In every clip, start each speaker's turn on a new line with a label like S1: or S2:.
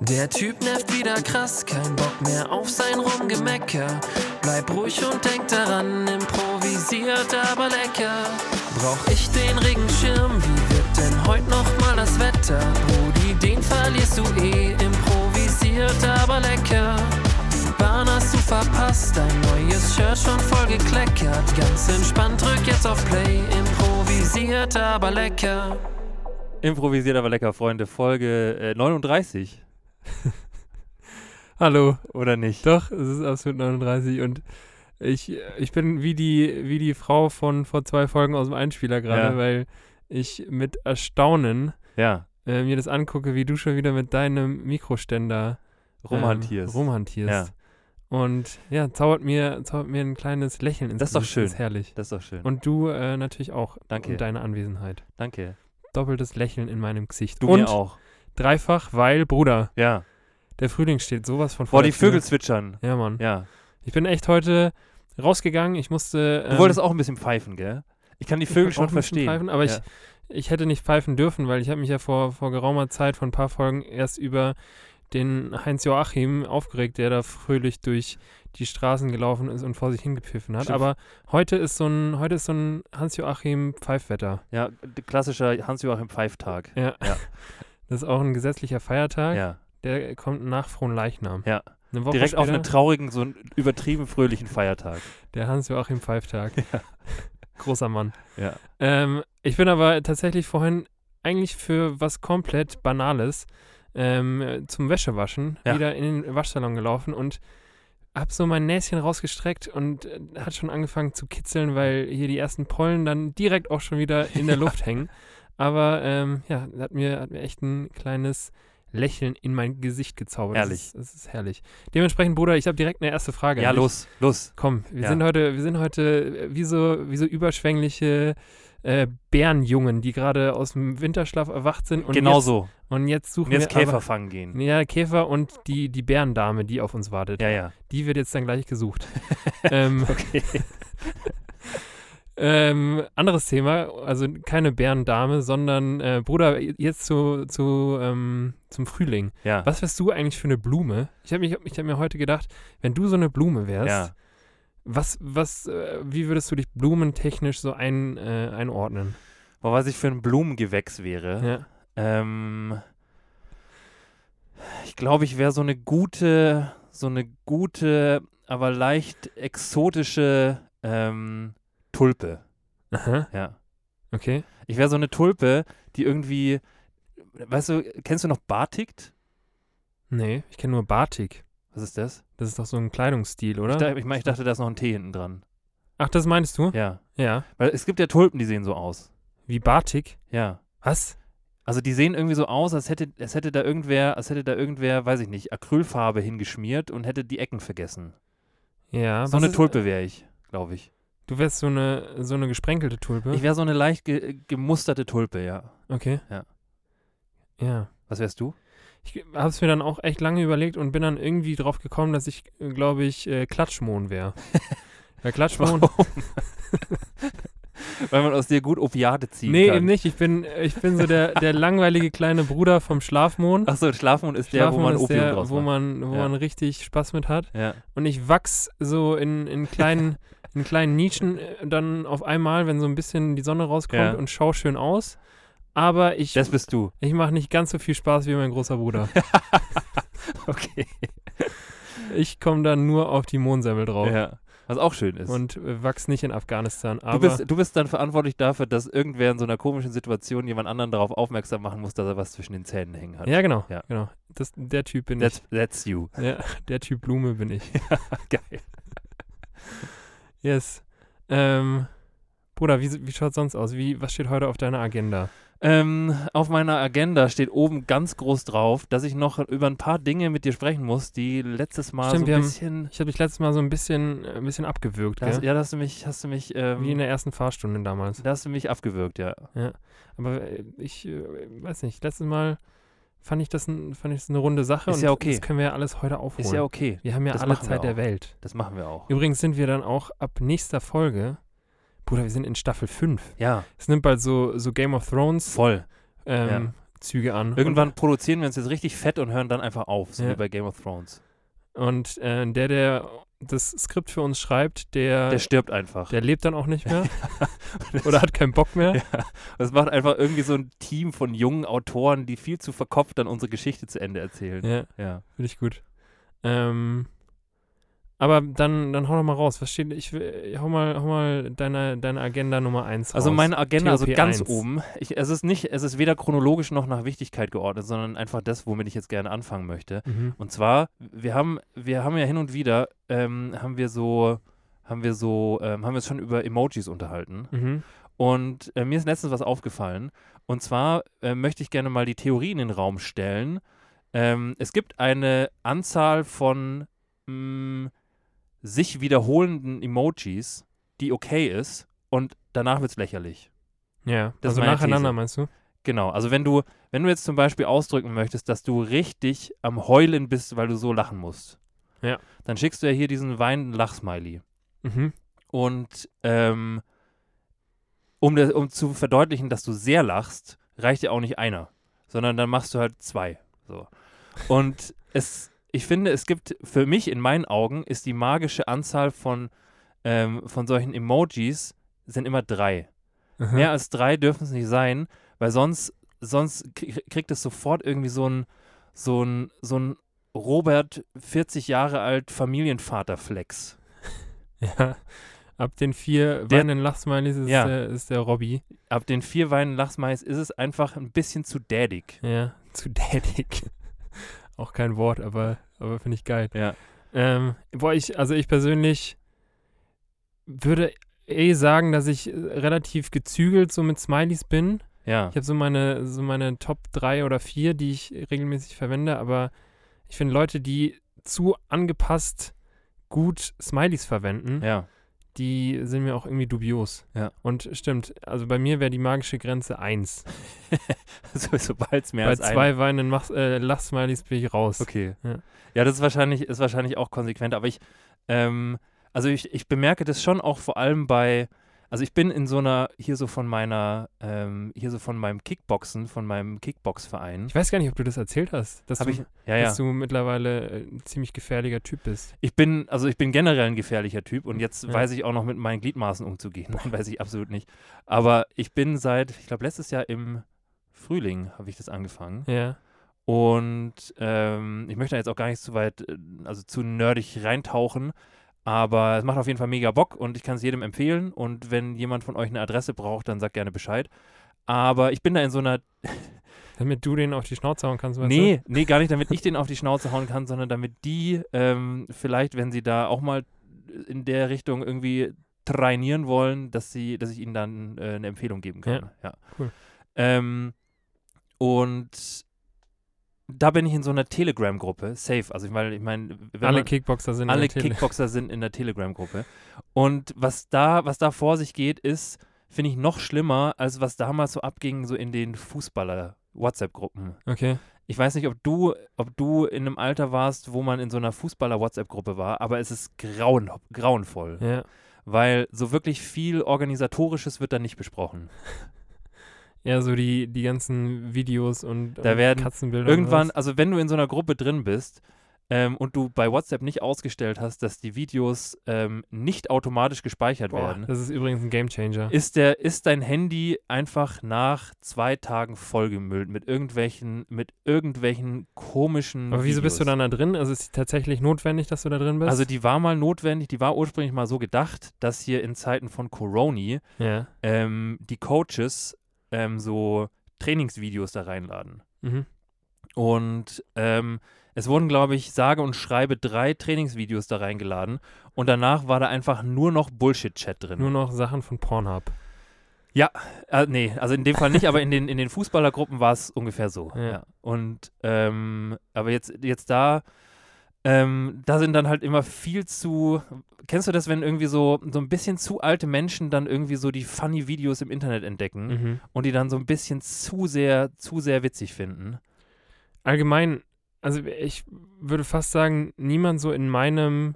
S1: Der Typ nervt wieder krass, kein Bock mehr auf sein Rumgemecker. Bleib ruhig und denk daran, improvisiert aber lecker. Brauch ich den Regenschirm, wie wird denn heute nochmal das Wetter? Brudi, den verlierst du eh, improvisiert aber lecker. Die Bahn hast du verpasst, dein neues Shirt schon voll gekleckert. Ganz entspannt, drück jetzt auf Play, improvisiert aber lecker.
S2: Improvisiert aber lecker, Freunde. Folge äh, 39,
S3: Hallo.
S2: oder nicht?
S3: Doch, es ist absolut 39 und ich, ich bin wie die, wie die Frau von vor zwei Folgen aus dem Einspieler gerade,
S2: Ja.
S3: weil ich mit Erstaunen
S2: Ja,
S3: äh, mir das angucke, wie du schon wieder mit deinem Mikroständer
S2: rumhantierst.
S3: Ähm, rumhantierst.
S2: Ja.
S3: Und ja, zaubert mir, zaubert mir ein kleines Lächeln ins
S2: Das ist doch
S3: Gesicht.
S2: schön.
S3: Ist herrlich.
S2: das ist doch schön.
S3: Und du äh, natürlich auch.
S2: Danke.
S3: Und deine Anwesenheit.
S2: Danke.
S3: Doppeltes Lächeln in meinem Gesicht.
S2: Du
S3: und
S2: mir auch.
S3: dreifach, weil, Bruder,
S2: Ja.
S3: der Frühling steht sowas von
S2: Boah,
S3: der
S2: die Vögel
S3: Tür.
S2: zwitschern.
S3: Ja, Mann.
S2: Ja.
S3: Ich bin echt heute rausgegangen. Ich musste.
S2: Du wolltest auch ein bisschen pfeifen, gell? Ich kann die
S3: Ähm. ich
S2: Vögel
S3: hab auch
S2: schon
S3: ein bisschen
S2: verstehen.
S3: Pfeifen, aber
S2: ja.
S3: ich, ich hätte nicht pfeifen dürfen, weil ich habe mich ja vor, vor geraumer Zeit, vor ein paar Folgen, erst über den Heinz Joachim aufgeregt, der da fröhlich durch die Straßen gelaufen ist und vor sich hingepfiffen hat.
S2: Stimmt.
S3: Aber heute ist so ein, heute ist so ein Hans Joachim Pfeifwetter.
S2: ja, d- klassischer Hans-Joachim Pfeiftag.
S3: Ja.
S2: Ja.
S3: Das ist auch ein gesetzlicher Feiertag.
S2: Ja.
S3: Der kommt nach Fronleichnam.
S2: Ja.
S3: Eine Woche
S2: Direkt auf
S3: später,
S2: einen traurigen, so einen übertrieben fröhlichen Feiertag.
S3: Der Hans Joachim Pfeiftag. Großer Mann.
S2: Ja.
S3: Ähm, ich bin aber tatsächlich vorhin eigentlich für was komplett Banales ähm, zum Wäschewaschen
S2: Ja.
S3: wieder in den Waschsalon gelaufen und habe so mein Näschen rausgestreckt und äh, hat schon angefangen zu kitzeln, weil hier die ersten Pollen dann direkt auch schon wieder in der Luft hängen. Aber ähm, ja, hat mir, hat mir echt ein kleines Lächeln in mein Gesicht gezaubert.
S2: Herrlich.
S3: Das ist, das ist herrlich. Dementsprechend, Bruder, ich habe direkt eine erste Frage.
S2: Ja,
S3: an dich.
S2: los, los.
S3: Komm, wir
S2: Ja.
S3: sind heute, wir sind heute äh, wie so, wie so überschwängliche äh, Bärenjungen, die gerade aus dem Winterschlaf erwacht sind und,
S2: genau
S3: jetzt,
S2: so.
S3: und jetzt suchen
S2: Und jetzt
S3: wir
S2: Käfer fangen gehen.
S3: Aber, ja, Käfer und die, die Bärendame, die auf uns wartet.
S2: Ja, ja.
S3: Die wird jetzt dann gleich gesucht. ähm,
S2: Okay.
S3: ähm, anderes Thema, also keine Bärendame, sondern äh, Bruder, jetzt zu, zu, ähm, zum Frühling.
S2: Ja.
S3: Was wärst du eigentlich für eine Blume? Ich habe hab, ich hab mir heute gedacht, wenn du so eine Blume wärst,
S2: ja.
S3: Was, was, äh, wie würdest du dich blumentechnisch so ein, äh, einordnen?
S2: Boah, was ich für ein Blumengewächs wäre.
S3: Ja.
S2: Ähm, ich glaube, ich wäre so eine gute, so eine gute, aber leicht exotische ähm, Tulpe.
S3: Aha,
S2: Ja.
S3: okay.
S2: Ich wäre so eine Tulpe, die irgendwie, weißt du, kennst du noch Bartigt?
S3: Nee, ich kenne nur Batik.
S2: Was ist das?
S3: Das ist doch so ein Kleidungsstil,
S2: Ich,
S3: oder?
S2: dachte, ich, mein, ich dachte, da ist noch ein T hinten dran.
S3: Ach, das meinst du?
S2: Ja.
S3: Ja.
S2: Weil es gibt ja Tulpen, die sehen so aus.
S3: Wie Batik?
S2: Ja.
S3: Was?
S2: Also die sehen irgendwie so aus, als hätte, als hätte da irgendwer, als hätte da irgendwer, weiß ich nicht, Acrylfarbe hingeschmiert und hätte die Ecken vergessen.
S3: Ja.
S2: So
S3: was
S2: eine
S3: ist- äh,
S2: Tulpe wäre ich, glaube ich.
S3: Du wärst so eine, so eine gesprenkelte Tulpe.
S2: Ich wäre so eine leicht ge äh, gemusterte Tulpe, ja.
S3: okay.
S2: Ja.
S3: Ja.
S2: Was wärst du?
S3: Ich habe es mir dann auch echt lange überlegt und bin dann irgendwie drauf gekommen, dass ich, glaube ich, äh, Klatschmohn wäre. Weil Klatschmohn.
S2: Weil man aus dir gut Opiate ziehen
S3: Nee,
S2: kann.
S3: eben nicht. Ich bin, ich bin so der, der langweilige kleine Bruder vom Schlafmohn.
S2: Achso, Schlafmond ist der, wo
S3: Schlafmohn
S2: man
S3: ist
S2: Opium
S3: der,
S2: draus
S3: wo
S2: macht.
S3: man, wo
S2: Ja.
S3: man richtig Spaß mit hat.
S2: Ja.
S3: Und ich wachs so in, in kleinen, in kleinen Nischen äh, dann auf einmal, wenn so ein bisschen die Sonne rauskommt
S2: Ja.
S3: und schau schön aus. Aber ich,
S2: Das bist du.
S3: ich mache nicht ganz so viel Spaß wie mein großer Bruder.
S2: Okay.
S3: ich komme dann nur auf die Mohnsäbel drauf
S2: Ja. Was auch schön ist.
S3: und äh, wachs nicht in Afghanistan.
S2: du,
S3: Aber
S2: bist, du bist dann verantwortlich dafür, dass irgendwer in so einer komischen Situation jemand anderen darauf aufmerksam machen muss, dass er was zwischen den Zähnen hängen hat.
S3: ja, genau.
S2: Ja.
S3: genau. Das, der Typ bin
S2: That's, that's you.
S3: ich. Der, der Typ Blume bin ich.
S2: Geil.
S3: Yes. Ähm, Bruder, wie, wie schaut sonst aus? Wie, was steht heute auf deiner Agenda?
S2: Ähm, auf meiner Agenda steht oben ganz groß drauf, dass ich noch über ein paar Dinge mit dir sprechen muss, die letztes Mal
S3: Stimmt,
S2: so
S3: wir
S2: ein
S3: haben-
S2: bisschen
S3: Ich habe dich letztes Mal so ein bisschen, äh, ein bisschen abgewürgt,
S2: Da hast,
S3: gell?
S2: ja, da hast du mich, hast du mich, ähm,
S3: wie in der ersten Fahrstunde damals.
S2: da hast du mich abgewürgt, ja.
S3: Aber äh, ich äh, weiß nicht, letztes Mal fand ich das, ein, fand ich das eine runde Sache
S2: Ist
S3: und
S2: ja okay.
S3: das können wir ja alles heute aufholen.
S2: Ist ja okay.
S3: Wir haben ja
S2: Das
S3: alle
S2: machen wir
S3: Zeit der
S2: auch.
S3: Welt.
S2: Das machen wir auch.
S3: Übrigens sind wir dann auch ab nächster Folge, Bruder, wir sind in Staffel 5.
S2: Ja,
S3: Es nimmt bald so, so Game of Thrones
S2: voll.
S3: ähm, Züge an.
S2: Irgendwann produzieren wir uns jetzt richtig fett und hören dann einfach auf, so
S3: Ja.
S2: wie bei Game of Thrones.
S3: Und äh, der, der das Skript für uns schreibt, der,
S2: Der
S3: der,
S2: stirbt einfach.
S3: lebt dann auch nicht mehr oder hat keinen Bock mehr.
S2: Das macht einfach irgendwie so ein Team von jungen Autoren, die viel zu verkopft dann unsere Geschichte zu Ende erzählen.
S3: Ja,
S2: Ja.
S3: finde ich gut. Ähm, aber dann, dann hau doch mal raus. Was steht? Ich will, hau mal, hau mal deine, deine Agenda Nummer 1
S2: Also
S3: raus.
S2: meine Agenda, also
S3: TOP
S2: ganz
S3: 1.
S2: oben. Ich, es ist nicht, es ist weder chronologisch noch nach Wichtigkeit geordnet, sondern einfach das, womit ich jetzt gerne anfangen möchte.
S3: Mhm.
S2: Und zwar, wir haben, wir haben ja hin und wieder, ähm, haben wir so, haben wir so, ähm, haben wir uns schon über Emojis unterhalten.
S3: Mhm.
S2: Und äh, mir ist letztens was aufgefallen. Und zwar äh, möchte ich gerne mal die Theorie in den Raum stellen. Ähm, es gibt eine Anzahl von mh, sich wiederholenden Emojis, die okay ist und danach wird es lächerlich.
S3: Ja,
S2: Das ist
S3: also
S2: meine
S3: nacheinander
S2: These.
S3: meinst du?
S2: Genau, also wenn du, wenn du jetzt zum Beispiel ausdrücken möchtest, dass du richtig am Heulen bist, weil du so lachen musst,
S3: Ja.
S2: dann schickst du ja hier diesen weinenden Lachsmiley.
S3: Mhm.
S2: Und ähm, um, das, um zu verdeutlichen, dass du sehr lachst, reicht ja auch nicht einer, sondern dann machst du halt zwei. So. Und es, ich finde, es gibt für mich in meinen Augen ist die magische Anzahl von, ähm, von solchen Emojis sind immer drei.
S3: Aha.
S2: Mehr als drei dürfen es nicht sein, weil sonst, sonst krie- kriegt es sofort irgendwie so ein, so ein, so ein Robert, 40 Jahre alt, Familienvaterflex.
S3: Ja. Ab den vier
S2: Der-
S3: weinenden Lachsmilies ist,
S2: Ja.
S3: der, ist der Robby.
S2: ab den vier Weinen Lachsmais ist es einfach ein bisschen zu daddig.
S3: Ja. Zu daddig. Auch kein Wort, aber, aber finde ich geil.
S2: Ja.
S3: Ähm, boah, ich, also ich persönlich würde eh sagen, dass ich äh, relativ gezügelt so mit Smileys bin.
S2: Ja.
S3: Ich habe so meine, so meine Top 3 oder 4, die ich regelmäßig verwende, aber ich finde Leute, die zu angepasst gut Smileys verwenden,
S2: Ja.
S3: die sind mir auch irgendwie dubios.
S2: Ja.
S3: Und stimmt, also bei mir wäre die magische Grenze 1.
S2: So, Sobald es mehr
S3: Bei
S2: als ein-
S3: zwei weinenden Mach- äh, Lachsmileys bin ich raus.
S2: Okay. Ja,
S3: Ja.
S2: das ist wahrscheinlich, ist wahrscheinlich auch konsequent, aber ich, ähm, also ich, ich bemerke das schon auch vor allem bei, also ich bin in so einer, hier so von meiner, ähm, hier so von meinem Kickboxen, von meinem Kickboxverein.
S3: Ich weiß gar nicht, ob du das erzählt hast, dass,
S2: Hab
S3: du,
S2: ich, ja, ja.
S3: dass du mittlerweile äh, ein ziemlich gefährlicher Typ bist.
S2: Ich bin, also ich bin generell ein gefährlicher Typ und jetzt
S3: Ja.
S2: weiß ich auch noch mit meinen Gliedmaßen umzugehen. Nein, weiß ich absolut nicht. Aber ich bin seit, ich glaube, letztes Jahr im Frühling habe ich das angefangen.
S3: Ja.
S2: Und ähm, ich möchte da jetzt auch gar nicht zu weit, äh, also zu nerdig reintauchen, aber es macht auf jeden Fall mega Bock und ich kann es jedem empfehlen. Und wenn jemand von euch eine Adresse braucht, dann sagt gerne Bescheid. Aber ich bin da in so einer
S3: Damit du den auf die Schnauze hauen kannst, weißt
S2: Nee, nee, gar nicht, damit ich den auf die Schnauze hauen kann, sondern damit die ähm, vielleicht, wenn sie da auch mal in der Richtung irgendwie trainieren wollen, dass sie, dass ich ihnen dann äh, eine Empfehlung geben kann. Ja,
S3: cool.
S2: Ähm, und da bin ich in so einer Telegram-Gruppe, safe. Also ich meine, ich meine,
S3: du?
S2: wenn
S3: Alle
S2: man-
S3: Kickboxer sind
S2: alle
S3: in der Tele-
S2: Kickboxer sind in der Telegram-Gruppe. Und was da, was da vor sich geht, ist, finde ich, noch schlimmer, als was damals so abging, so in den Fußballer-WhatsApp-Gruppen.
S3: Okay.
S2: Ich weiß nicht, ob du, ob du in einem Alter warst, wo man in so einer Fußballer-WhatsApp-Gruppe war, aber es ist grauen, grauenvoll,
S3: Ja.
S2: weil so wirklich viel Organisatorisches wird da nicht besprochen.
S3: Ja, so die, die ganzen Videos und,
S2: Da
S3: und
S2: werden
S3: Katzenbilder. und
S2: Irgendwann, also wenn du in so einer Gruppe drin bist ähm, und du bei WhatsApp nicht ausgestellt hast, dass die Videos ähm, nicht automatisch gespeichert
S3: was. Boah,
S2: werden,
S3: das ist übrigens ein Gamechanger.
S2: ist, der, ist dein Handy einfach nach zwei Tagen vollgemüllt mit irgendwelchen, mit irgendwelchen komischen
S3: Aber wieso bist du
S2: Videos.
S3: dann da drin? Also ist es tatsächlich notwendig, dass du da drin bist?
S2: Also die war mal notwendig, die war ursprünglich mal so gedacht, dass hier in Zeiten von Corona
S3: ja.
S2: ähm, die Coaches ähm, so Trainingsvideos da reinladen.
S3: Mhm.
S2: Und ähm, es wurden, glaube ich, sage und schreibe drei Trainingsvideos da reingeladen und danach war da einfach nur noch Bullshit-Chat drin.
S3: Nur noch Sachen von Pornhub.
S2: Äh, nee, also in dem Fall nicht, aber in den, in den Fußballergruppen war es ungefähr so.
S3: Ja.
S2: Und ähm, aber jetzt, jetzt da, ähm, da sind dann halt immer viel zu. Kennst du das, wenn irgendwie so, so ein bisschen zu alte Menschen dann irgendwie so die funny Videos im Internet entdecken
S3: Mhm.
S2: und die dann so ein bisschen zu sehr, zu sehr witzig finden?
S3: Allgemein, also ich würde fast sagen, niemand so in meinem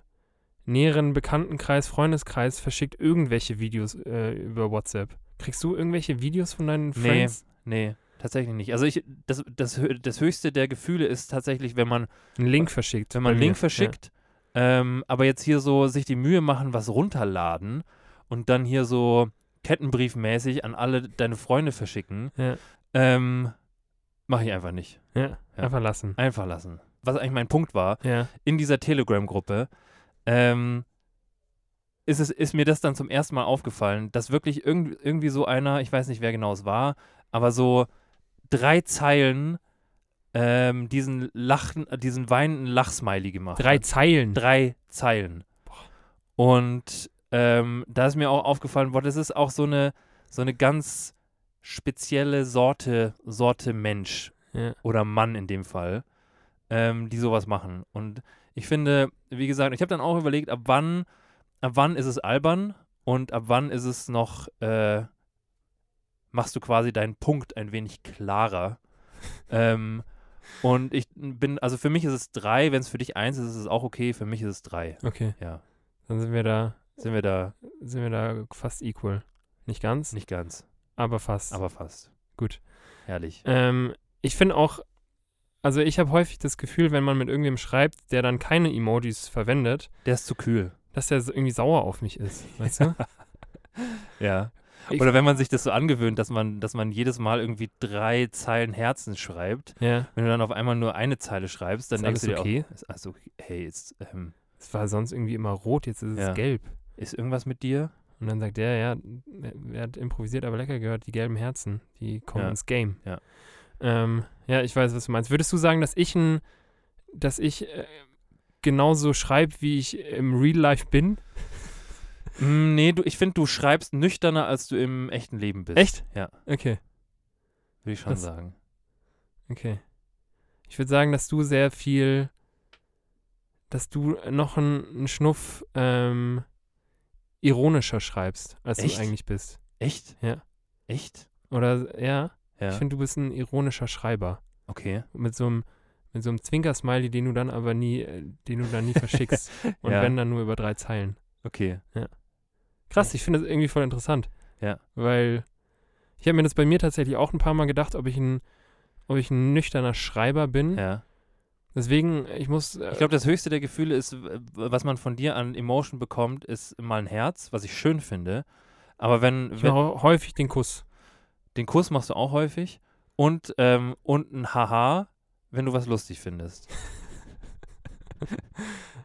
S3: näheren Bekanntenkreis, Freundeskreis verschickt irgendwelche Videos äh, über WhatsApp. Kriegst du irgendwelche Videos von deinen
S2: Nee.
S3: Friends?
S2: Nee, tatsächlich nicht. Also ich, das, das, hö- das höchste der Gefühle ist tatsächlich, wenn man,
S3: Einen Link verschickt.
S2: wenn man
S3: bei
S2: einen Link
S3: mir.
S2: verschickt, ähm, aber jetzt hier so sich die Mühe machen, was runterladen und dann hier so kettenbriefmäßig an alle deine Freunde verschicken,
S3: Ja.
S2: ähm, mache ich einfach nicht.
S3: Ja. Ja.
S2: Ja.
S3: Einfach lassen.
S2: Einfach lassen. Was eigentlich mein Punkt war,
S3: Ja.
S2: in dieser Telegram-Gruppe, ähm, ist, es, ist mir das dann zum ersten Mal aufgefallen, dass wirklich irgend, irgendwie so einer, ich weiß nicht, wer genau es war, aber so drei Zeilen ähm, diesen lachen, äh, diesen weinenden Lachsmiley gemacht.
S3: Drei
S2: hat.
S3: Zeilen.
S2: drei Zeilen. Und ähm, da ist mir auch aufgefallen, boah, das ist auch so eine, so eine ganz spezielle Sorte, Sorte Mensch
S3: Ja.
S2: oder Mann in dem Fall, ähm, die sowas machen. Und ich finde, wie gesagt, ich habe dann auch überlegt, ab wann, ab wann ist es albern und ab wann ist es noch, äh, machst du quasi deinen Punkt ein wenig klarer. ähm, und ich bin, also für mich ist es drei, wenn es für dich eins ist, ist es auch okay, für mich ist es drei.
S3: Okay.
S2: Ja.
S3: Dann sind wir da,
S2: Sind wir da
S3: sind wir da fast equal. Nicht ganz,
S2: nicht ganz,
S3: aber fast.
S2: aber fast.
S3: Gut.
S2: Herrlich.
S3: Ähm, ich finde auch, also ich habe häufig das Gefühl, wenn man mit irgendwem schreibt, der dann keine Emojis verwendet,
S2: Der ist zu kühl.
S3: dass der so irgendwie sauer auf mich ist. Weißt du?
S2: Ja.
S3: Ich-
S2: Oder wenn man sich das so angewöhnt, dass man, dass man jedes Mal irgendwie drei Zeilen Herzen schreibt,
S3: Ja.
S2: wenn du dann auf einmal nur eine Zeile schreibst, dann
S3: Ist
S2: denkst du
S3: alles
S2: dir
S3: okay?
S2: auch, ist also hey, jetzt ähm,
S3: Es war sonst irgendwie immer rot, jetzt ist es
S2: Ja.
S3: gelb.
S2: ist irgendwas mit dir?
S3: Und dann sagt er, ja, er hat improvisiert, aber lecker gehört, die gelben Herzen, die kommen
S2: Ja.
S3: ins Game.
S2: Ja.
S3: Ähm, ja, ich weiß, was du meinst. Würdest du sagen, dass ich ein, dass ich äh, genauso schreibe, wie ich im Real Life bin?
S2: Mm, nee, du, ich finde, du schreibst nüchterner, als du im echten Leben bist.
S3: Echt?
S2: Ja,
S3: Okay,
S2: würde ich schon
S3: Das-
S2: sagen.
S3: okay. Ich würde sagen, dass du sehr viel, dass du noch einen einen Schnuff ähm, ironischer schreibst, als
S2: Echt?
S3: du eigentlich bist.
S2: Echt?
S3: Ja.
S2: Echt?
S3: Oder ja,
S2: Ja.
S3: ich finde, du bist ein ironischer Schreiber.
S2: okay.
S3: mit so einem mit so einem Zwinkersmiley, den du dann aber nie, äh, den du dann nie verschickst. Und
S2: Ja.
S3: wenn dann nur über drei Zeilen.
S2: Okay.
S3: Krass, ich finde das irgendwie voll interessant.
S2: Ja.
S3: Weil ich habe mir das bei mir tatsächlich auch ein paar Mal gedacht, ob ich ein, ob ich ein nüchterner Schreiber bin.
S2: Ja.
S3: Deswegen, ich muss. Äh,
S2: Ich glaube, das höchste der Gefühle ist, w- was man von dir an Emotion bekommt, ist mal ein Herz, was ich schön finde. Aber wenn,
S3: ich
S2: wenn
S3: mache häufig den Kuss.
S2: den Kuss machst du auch häufig und, ähm, und ein Haha, wenn du was lustig findest.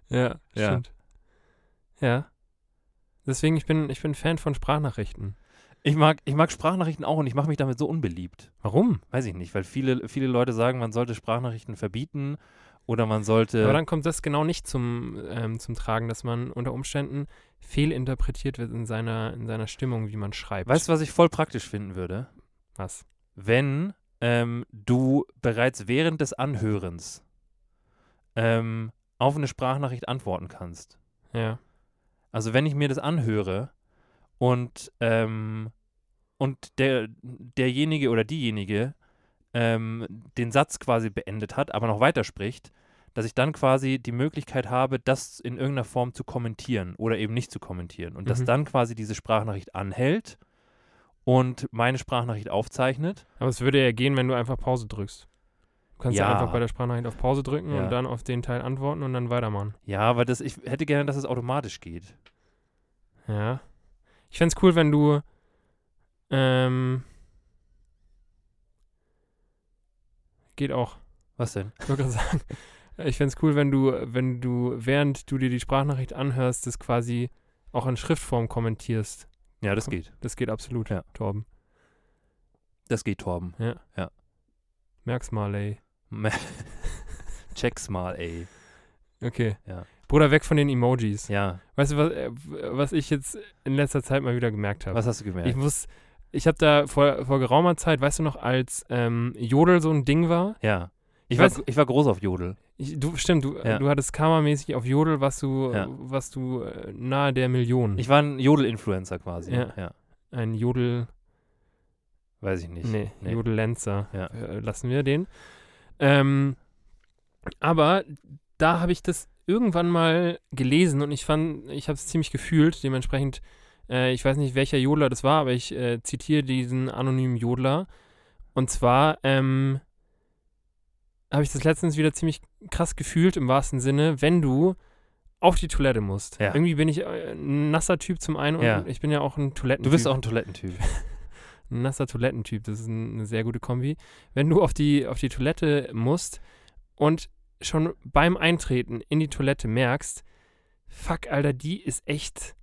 S3: Ja,
S2: Ja.
S3: stimmt. Ja. Deswegen, ich bin, ich bin Fan von Sprachnachrichten.
S2: Ich mag, ich mag Sprachnachrichten auch und ich mache mich damit so unbeliebt.
S3: Warum?
S2: Weiß ich nicht, weil viele, viele Leute sagen, man sollte Sprachnachrichten verbieten oder man sollte.
S3: Aber dann kommt das genau nicht zum, ähm, zum Tragen, dass man unter Umständen fehlinterpretiert wird in seiner, in seiner Stimmung, wie man schreibt.
S2: weißt du, was ich voll praktisch finden würde?
S3: was?
S2: wenn ähm, du bereits während des Anhörens ähm, auf eine Sprachnachricht antworten kannst.
S3: Ja.
S2: Also wenn ich mir das anhöre und, ähm, und der, derjenige oder diejenige ähm, den Satz quasi beendet hat, aber noch weiterspricht, dass ich dann quasi die Möglichkeit habe, das in irgendeiner Form zu kommentieren oder eben nicht zu kommentieren. Und dass
S3: Mhm.
S2: dann quasi diese Sprachnachricht anhält und meine Sprachnachricht aufzeichnet.
S3: Aber es würde ja gehen, wenn du einfach Pause drückst. Du kannst ja,
S2: Ja.
S3: einfach bei der Sprachnachricht auf Pause drücken
S2: Ja.
S3: und dann auf den Teil antworten und dann weitermachen.
S2: Ja, aber das, ich hätte gerne, dass es automatisch geht.
S3: Ja. Ich fände es cool, wenn du. Ähm, geht auch.
S2: Was denn?
S3: Ich wollte gerade sagen. äh, Ich fände es cool, wenn du, wenn du, während du dir die Sprachnachricht anhörst, das quasi auch in Schriftform kommentierst.
S2: Ja, das
S3: Komm.
S2: geht.
S3: Das geht absolut,
S2: Ja.
S3: Torben.
S2: Das geht, Torben.
S3: Merk's mal, ey.
S2: Check's mal, ey.
S3: Okay.
S2: Ja.
S3: Bruder, weg von den Emojis.
S2: Ja,
S3: Weißt du, was, äh, was ich jetzt in letzter Zeit mal wieder gemerkt habe?
S2: was hast du gemerkt?
S3: Ich muss, ich habe da vor, vor geraumer Zeit, weißt du noch, als ähm, Jodel so ein Ding war?
S2: ja. Ich,
S3: Ich
S2: war,
S3: weiß-
S2: ich war groß auf Jodel.
S3: Ich, du, stimmt, du, äh,
S2: Ja.
S3: du hattest karmamäßig auf Jodel, was du,
S2: Ja.
S3: was du äh, nahe der Million.
S2: Ich war ein Jodel-Influencer quasi.
S3: Ja. ein Jodel,
S2: Weiß ich nicht.
S3: nee,
S2: Nee.
S3: Jodelenzer.
S2: Ja.
S3: Äh, lassen wir den. Ähm, aber da habe ich das irgendwann mal gelesen und ich fand, ich habe es ziemlich gefühlt. Dementsprechend, äh, ich weiß nicht, welcher Jodler das war, aber ich äh, zitiere diesen anonymen Jodler. Und zwar ähm, habe ich das letztens wieder ziemlich krass gefühlt im wahrsten Sinne, wenn du auf die Toilette musst.
S2: Ja.
S3: Irgendwie bin ich äh, ein nasser Typ zum einen und
S2: Ja.
S3: ich bin ja auch ein Toilettentyp.
S2: Du bist auch ein Toilettentyp.
S3: ein nasser Toilettentyp. Das ist ein, eine sehr gute Kombi. Wenn du auf die, auf die Toilette musst und schon beim Eintreten in die Toilette merkst, fuck, Alter, die ist echt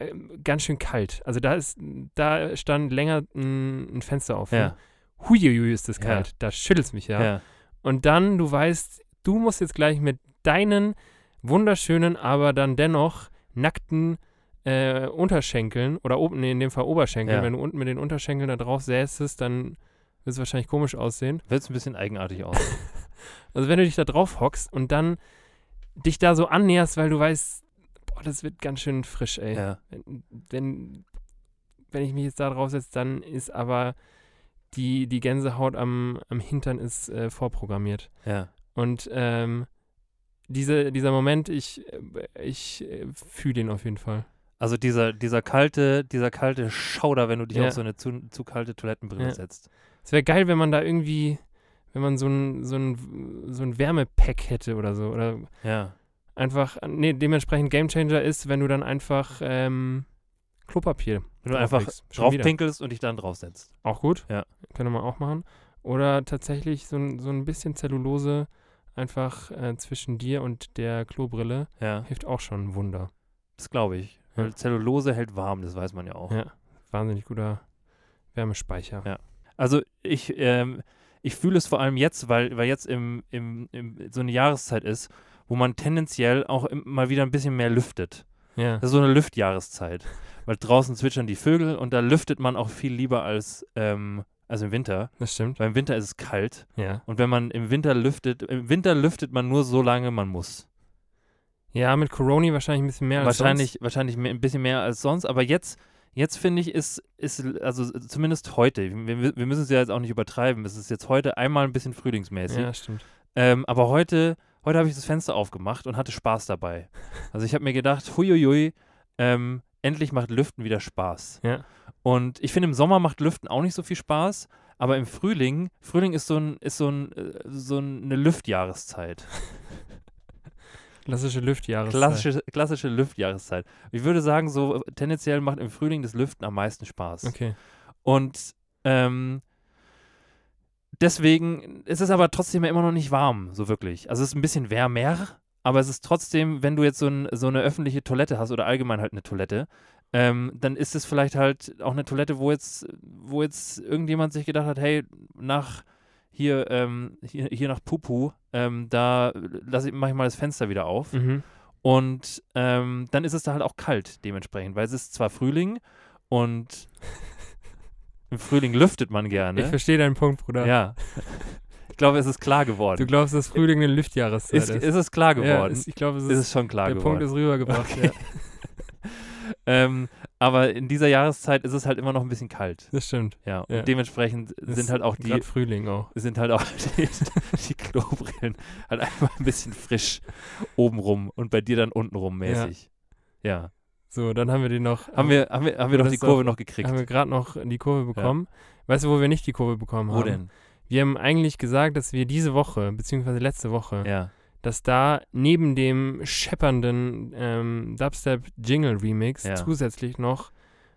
S3: ähm, ganz schön kalt. Also da ist, da stand länger ein, ein Fenster offen.
S2: Ja.
S3: Huiuiui ist das
S2: Ja.
S3: kalt. Da schüttelt's mich ja.
S2: Ja.
S3: Und dann, du weißt, du musst jetzt gleich mit deinen wunderschönen, aber dann dennoch nackten äh, Unterschenkeln oder oben, nee, in dem Fall Oberschenkeln,
S2: Ja.
S3: wenn du unten mit den Unterschenkeln da drauf säßest, dann wird es wahrscheinlich komisch aussehen.
S2: Wird es ein bisschen eigenartig aus.
S3: Also wenn du dich da drauf hockst und dann dich da so annäherst, weil du weißt, boah, das wird ganz schön frisch, ey.
S2: ja.
S3: Wenn, wenn, wenn ich mich jetzt da drauf setze, dann ist aber die, die Gänsehaut am, am Hintern ist äh, vorprogrammiert.
S2: Ja.
S3: Und ähm, diese, dieser Moment, ich, äh, ich fühle ihn auf jeden Fall.
S2: Also dieser, dieser kalte, dieser kalte Schauder, wenn du dich
S3: Ja.
S2: auf so eine zu, zu kalte Toilettenbrille
S3: Ja.
S2: setzt.
S3: Es wäre geil, wenn man da irgendwie, wenn man so ein, so ein, so ein Wärmepack hätte oder so. Oder
S2: Ja.
S3: einfach, nee, dementsprechend Gamechanger ist, wenn du dann einfach ähm, Klopapier
S2: Wenn du einfach
S3: drauflegst. Schon wieder.
S2: draufpinkelst und dich dann draufsetzt.
S3: Auch gut.
S2: Ja.
S3: Könnte man auch machen. Oder tatsächlich so ein, so ein bisschen Zellulose einfach äh, zwischen dir und der Klobrille
S2: Ja.
S3: hilft auch schon ein Wunder.
S2: Das glaube ich.
S3: Ja.
S2: Weil Zellulose hält warm, das weiß man ja auch.
S3: Ja. Wahnsinnig guter Wärmespeicher.
S2: Also ich, ähm, ich fühle es vor allem jetzt, weil, weil jetzt im, im, im, so eine Jahreszeit ist, wo man tendenziell auch im, mal wieder ein bisschen mehr lüftet.
S3: Ja.
S2: Das ist so eine Lüftjahreszeit. Weil draußen zwitschern die Vögel und da lüftet man auch viel lieber als, ähm, als im Winter.
S3: Das stimmt.
S2: Weil im Winter ist es kalt.
S3: Ja.
S2: Und wenn man im Winter lüftet, im Winter lüftet man nur so lange man muss.
S3: Ja, mit Coroni wahrscheinlich ein bisschen mehr als
S2: wahrscheinlich wahrscheinlich mehr, ein bisschen mehr als sonst, aber jetzt, jetzt finde ich, ist, ist, also zumindest heute, wir, wir müssen es ja jetzt auch nicht übertreiben, es ist jetzt heute einmal ein bisschen
S3: sonst.
S2: frühlingsmäßig.
S3: Ja, stimmt.
S2: Ähm, aber heute, heute habe ich das Fenster aufgemacht und hatte Spaß dabei. Also ich habe mir gedacht, huiuiui, ähm, endlich macht Lüften wieder Spaß.
S3: Ja.
S2: Und ich finde, im Sommer macht Lüften auch nicht so viel Spaß, aber im Frühling, Frühling ist so, ein, ist so, ein, äh, so eine Lüftjahreszeit.
S3: Klassische Lüftjahreszeit.
S2: Klassische, klassische Lüftjahreszeit. Ich würde sagen, so äh, tendenziell macht im Frühling das Lüften am meisten Spaß.
S3: Okay.
S2: Und ähm, deswegen es ist es aber trotzdem ja immer noch nicht warm, so wirklich. Also es ist ein bisschen wärmer, aber es ist trotzdem, wenn du jetzt so, ein, so eine öffentliche Toilette hast oder allgemein halt eine Toilette, ähm, dann ist es vielleicht halt auch eine Toilette, wo jetzt, wo jetzt irgendjemand sich gedacht hat, hey, nach hier, ähm, hier, hier nach Pupu, ähm, da lasse ich, mach ich mal das Fenster wieder auf.
S3: Mhm.
S2: Und ähm, dann ist es da halt auch kalt dementsprechend, weil es ist zwar Frühling und im Frühling lüftet man
S3: Ich
S2: gerne.
S3: verstehe deinen Punkt, Bruder.
S2: Ne? ja. Ich glaube, es ist klar
S3: Du
S2: geworden.
S3: glaubst, dass Frühling eine Lüftjahreszeit
S2: Ist,
S3: ist?
S2: ist es klar
S3: Ja,
S2: geworden?
S3: ist, ich glaube, es ist,
S2: ist es schon klar
S3: der
S2: geworden.
S3: Punkt ist rübergebracht. Ja,
S2: ähm, aber in dieser Jahreszeit ist es halt immer noch ein bisschen kalt.
S3: das stimmt.
S2: Ja. Und
S3: Ja.
S2: dementsprechend sind
S3: Ist
S2: halt auch
S3: grad
S2: die
S3: Frühling auch.
S2: sind halt auch die, die Klobrillen halt einfach ein bisschen frisch obenrum und bei dir dann untenrum mäßig. Ja.
S3: So, dann haben wir den noch.
S2: Haben wir, haben wir, haben wir doch
S3: Das
S2: die
S3: ist doch-
S2: Kurve noch gekriegt.
S3: haben wir gerade noch die Kurve bekommen. Weißt du, wo wir nicht die Kurve bekommen
S2: Wo
S3: haben?
S2: denn?
S3: Wir haben eigentlich gesagt, dass wir diese Woche, beziehungsweise letzte Woche,
S2: Ja.
S3: dass da neben dem scheppernden ähm, Dubstep-Jingle-Remix
S2: Ja.
S3: zusätzlich noch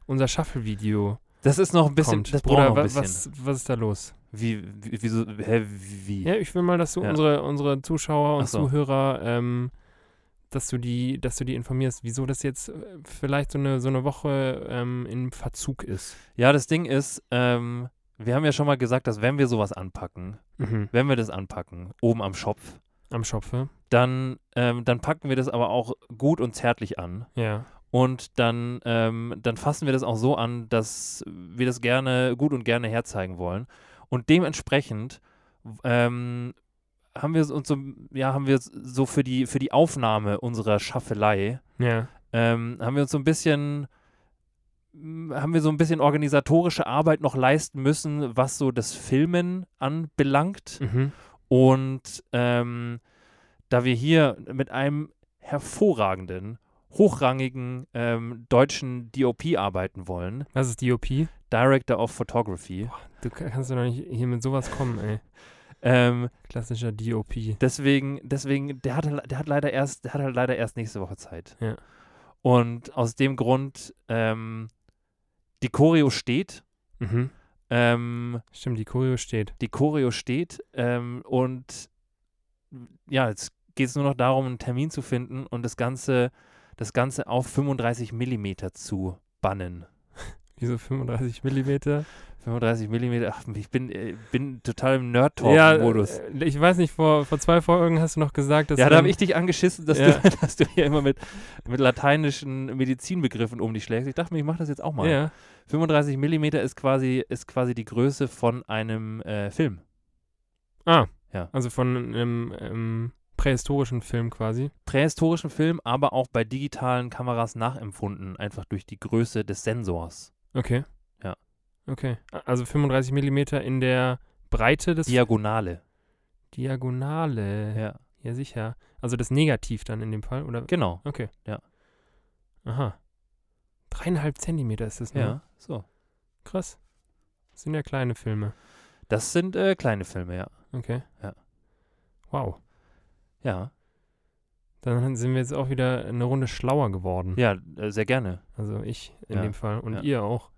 S3: unser Shuffle-Video
S2: Das ist noch ein bisschen,
S3: kommt.
S2: das braucht noch
S3: wa-
S2: ein bisschen.
S3: Was, was ist da los?
S2: Wie, wie, wieso, hä, wie?
S3: Ja, ich will mal, dass du
S2: Ja.
S3: unsere, unsere Zuschauer und
S2: Ach so.
S3: Zuhörer, ähm, dass du die, dass du die informierst, wieso das jetzt äh, vielleicht so eine, so eine Woche ähm, in Verzug ist.
S2: Ja, das Ding ist, ähm, wir haben ja schon mal gesagt, dass wenn wir sowas anpacken, wenn wir das anpacken, oben am Schopf,
S3: Am Schopfe.
S2: dann, ähm, dann packen wir das aber auch gut und zärtlich an.
S3: Ja.
S2: Und dann, ähm, dann fassen wir das auch so an, dass wir das gerne, gut und gerne herzeigen wollen. Und dementsprechend ähm, haben wir uns so, ja, haben wir so für die, für die Aufnahme unserer Schaffelei,
S3: Ja.
S2: ähm, haben wir uns so ein bisschen m, haben wir so ein bisschen organisatorische Arbeit noch leisten müssen, was so das Filmen anbelangt.
S3: Mhm.
S2: Und ähm, da wir hier mit einem hervorragenden, hochrangigen ähm, deutschen DOP arbeiten wollen,
S3: Was ist DOP? Du
S2: Director of Photography.
S3: ka- kannst du doch nicht hier mit sowas kommen, ey.
S2: Ähm,
S3: Klassischer DOP.
S2: Deswegen, deswegen, der hat, halt- der hat leider erst, der hat halt leider erst nächste Woche Zeit.
S3: Ja.
S2: Und aus dem Grund, ähm, die Choreo steht,
S3: Mhm.
S2: ähm,
S3: Stimmt, die Choreo steht.
S2: die Choreo steht, ähm, und ja, jetzt geht es nur noch darum, einen Termin zu finden und das Ganze, das Ganze auf 35 Millimeter zu bannen.
S3: Wieso 35 Millimeter?
S2: 35 Millimeter, ach, ich bin, äh, bin total im Nerd-Talk-Modus.
S3: äh, ich weiß nicht, vor, vor zwei Folgen hast du noch gesagt, dass
S2: Ja, da
S3: man-
S2: habe ich dich angeschissen, dass,
S3: Ja.
S2: du, dass du hier immer mit, mit lateinischen Medizinbegriffen um dich schlägst. Ich dachte mir, ich mache das jetzt auch mal.
S3: Ja.
S2: 35 Millimeter ist quasi, ist quasi die Größe von einem äh, Film.
S3: Also von einem ähm, prähistorischen Film quasi.
S2: Prähistorischen Film, aber auch bei digitalen Kameras nachempfunden, einfach durch die Größe des Sensors.
S3: Okay.
S2: Ja.
S3: Okay. A- Also 35 Millimeter in der Breite des
S2: Diagonale.
S3: Diagonale.
S2: Ja,
S3: Ja, sicher. Also das Negativ dann in dem Fall, oder?
S2: genau.
S3: Okay.
S2: Ja.
S3: Aha. Dreieinhalb Zentimeter ist das, ne?
S2: Ja, so.
S3: Krass. Das sind ja kleine Filme.
S2: Das sind äh, kleine Filme, ja.
S3: Okay.
S2: Ja.
S3: Wow.
S2: Ja,
S3: Dann sind wir jetzt auch wieder eine Runde schlauer geworden.
S2: ja, äh, sehr gerne.
S3: Also ich in
S2: Ja.
S3: dem Fall und
S2: Ja.
S3: ihr auch.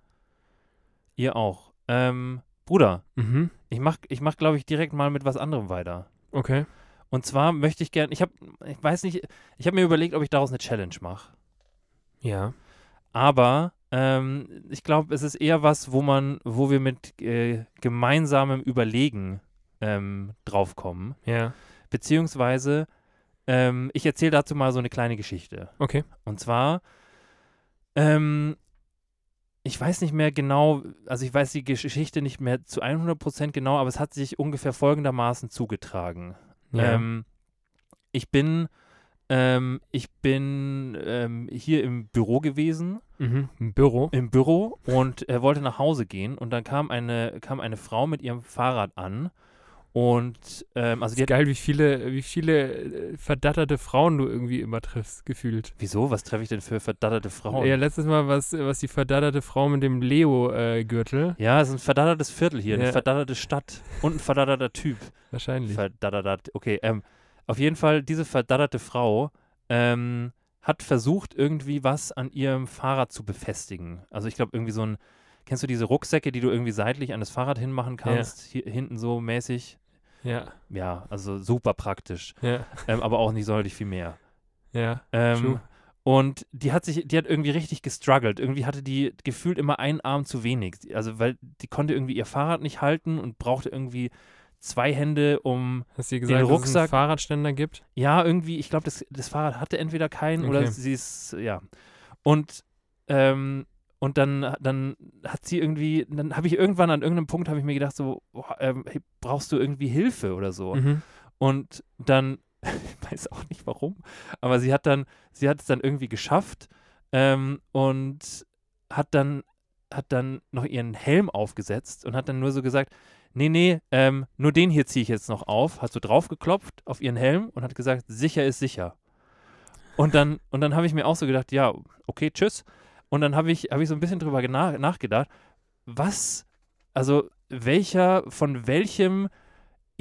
S2: Ihr auch. Ähm, Bruder,
S3: Mhm.
S2: ich mach, ich mach glaube ich, direkt mal mit was anderem weiter.
S3: Okay.
S2: Und zwar möchte ich gerne, ich habe, ich weiß nicht, ich habe mir überlegt, ob ich daraus eine Challenge mache.
S3: Ja.
S2: Aber ähm, ich glaube, es ist eher was, wo man, wo wir mit äh, gemeinsamem Überlegen ähm, draufkommen.
S3: Ja.
S2: Beziehungsweise, ähm, ich erzähle dazu mal so eine kleine Geschichte.
S3: Okay.
S2: Und zwar, ähm, ich weiß nicht mehr genau, also ich weiß die Geschichte nicht mehr zu 100% genau, aber es hat sich ungefähr folgendermaßen zugetragen.
S3: Ja.
S2: Ähm, ich bin, ähm, ich bin ähm, hier im Büro gewesen,
S3: mhm. Ein Büro.
S2: im Büro und äh, wollte nach Hause gehen und dann kam eine, kam eine Frau mit ihrem Fahrrad an und ähm, also die
S3: Ist
S2: hat,
S3: geil, wie viele, wie viele äh, verdatterte Frauen du irgendwie immer triffst, gefühlt.
S2: wieso, was treffe ich denn für verdatterte Frauen?
S3: Ja, letztes Mal was, was die verdatterte Frau mit dem Leo-Gürtel.
S2: Ja, es ist ein verdattertes Viertel hier,
S3: Ja.
S2: eine verdatterte Stadt und ein verdatterter Typ.
S3: äh, Wahrscheinlich.
S2: Verdattert, okay. Ähm, auf jeden Fall, diese verdatterte Frau ähm, hat versucht, irgendwie was an ihrem Fahrrad zu befestigen. Also ich glaube, irgendwie so ein, kennst du diese Rucksäcke, die du irgendwie seitlich an das Fahrrad hinmachen kannst, hier hinten so mäßig?
S3: ja.
S2: Ja, also super praktisch.
S3: Ja.
S2: Ähm, aber auch nicht sonderlich viel mehr.
S3: Ja.
S2: Ähm,
S3: True.
S2: und die hat sich, die hat irgendwie richtig gestruggelt. Irgendwie hatte die gefühlt immer einen Arm zu wenig. Also, weil die konnte irgendwie ihr Fahrrad nicht halten und brauchte irgendwie zwei Hände, um
S3: Hast du dir gesagt, dass es einen
S2: Rucksack-
S3: Fahrradständer gibt?
S2: Ja, irgendwie, ich glaube, das, das Fahrrad hatte entweder keinen
S3: Okay.
S2: oder sie ist, ja. Und, ähm, und dann, dann hat sie irgendwie, dann habe ich irgendwann an irgendeinem Punkt, habe ich mir gedacht, so, boah, ähm, hey, brauchst du irgendwie Hilfe oder so?
S3: Mhm.
S2: Und dann, ich weiß auch nicht warum, aber sie hat dann, sie hat es dann irgendwie geschafft ähm, und hat dann, hat dann noch ihren Helm aufgesetzt und hat dann nur so gesagt, nee, nee, ähm, nur den hier ziehe ich jetzt noch auf, hat so draufgeklopft auf ihren Helm und hat gesagt, sicher ist sicher. Und dann, und dann habe ich mir auch so gedacht, ja, okay, tschüss. Und dann habe ich, habe ich so ein bisschen drüber gena- nachgedacht, was, also welcher, von welchem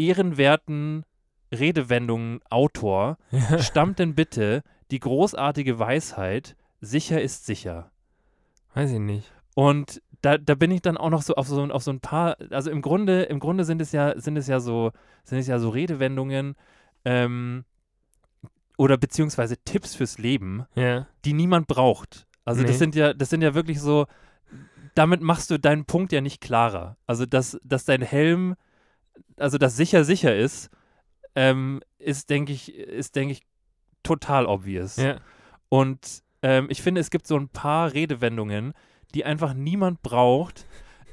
S2: ehrenwerten Redewendungen Autor
S3: Ja.
S2: stammt denn bitte die großartige Weisheit, sicher ist sicher?
S3: Weiß ich nicht.
S2: Und da, da bin ich dann auch noch so auf so, ein- auf so ein paar, also im Grunde, im Grunde sind es ja, sind es ja so, sind es ja so Redewendungen ähm, oder beziehungsweise Tipps fürs Leben,
S3: Ja.
S2: die niemand braucht. Also
S3: Nee.
S2: das sind ja, das sind ja wirklich so, damit machst du deinen Punkt ja nicht klarer. Also dass, dass dein Helm, also dass sicher sicher ist, ähm, ist, denke ich, ist, denke ich, total obvious.
S3: Ja.
S2: Und ähm, ich finde, es gibt so ein paar Redewendungen, die einfach niemand braucht.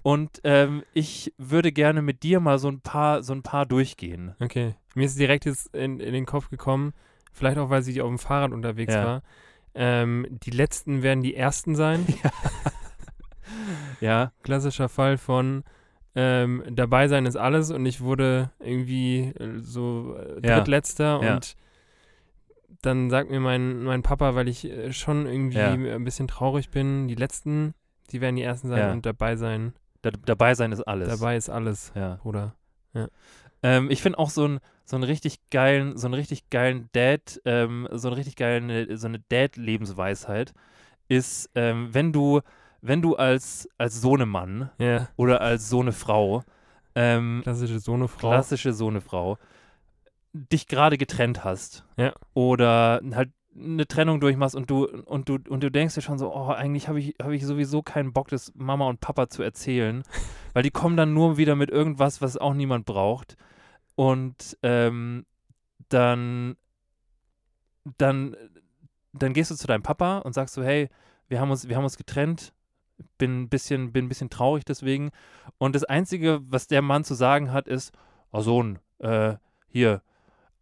S2: Und ähm, ich würde gerne mit dir mal so ein paar, so ein paar durchgehen.
S3: Okay. Mir ist direkt jetzt in, in den Kopf gekommen, vielleicht auch, weil sie auf dem Fahrrad unterwegs
S2: Ja.
S3: war. Ähm, die letzten werden die ersten sein.
S2: Ja.
S3: Klassischer Fall von ähm, dabei sein ist alles und ich wurde irgendwie äh, so äh,
S2: Ja.
S3: drittletzter
S2: Ja.
S3: und dann sagt mir mein, mein Papa, weil ich äh, schon irgendwie
S2: Ja.
S3: ein bisschen traurig bin, die letzten, die werden die ersten sein
S2: Ja.
S3: und dabei sein.
S2: Da, dabei sein ist alles.
S3: Dabei ist alles,
S2: Ja.
S3: Bruder.
S2: Ähm, ich finde auch so einen so einen richtig geilen, so einen richtig geilen Dad, ähm, so einen richtig geilen, so eine Dad-Lebensweisheit ist, ähm, wenn du, wenn du als, als Sohnemann
S3: Ja,
S2: oder als Sohnefrau, ähm,
S3: klassische Sohnefrau.
S2: klassische Sohnefrau, dich gerade getrennt hast
S3: Ja.
S2: oder halt eine Trennung durchmachst und du und du und du denkst dir schon so, oh, eigentlich habe ich habe ich sowieso keinen Bock, das Mama und Papa zu erzählen, weil die kommen dann nur wieder mit irgendwas, was auch niemand braucht und ähm, dann dann dann gehst du zu deinem Papa und sagst so, hey, wir haben uns wir haben uns getrennt, bin ein bisschen bin ein bisschen traurig deswegen und das einzige, was der Mann zu sagen hat, ist, oh Sohn, äh, hier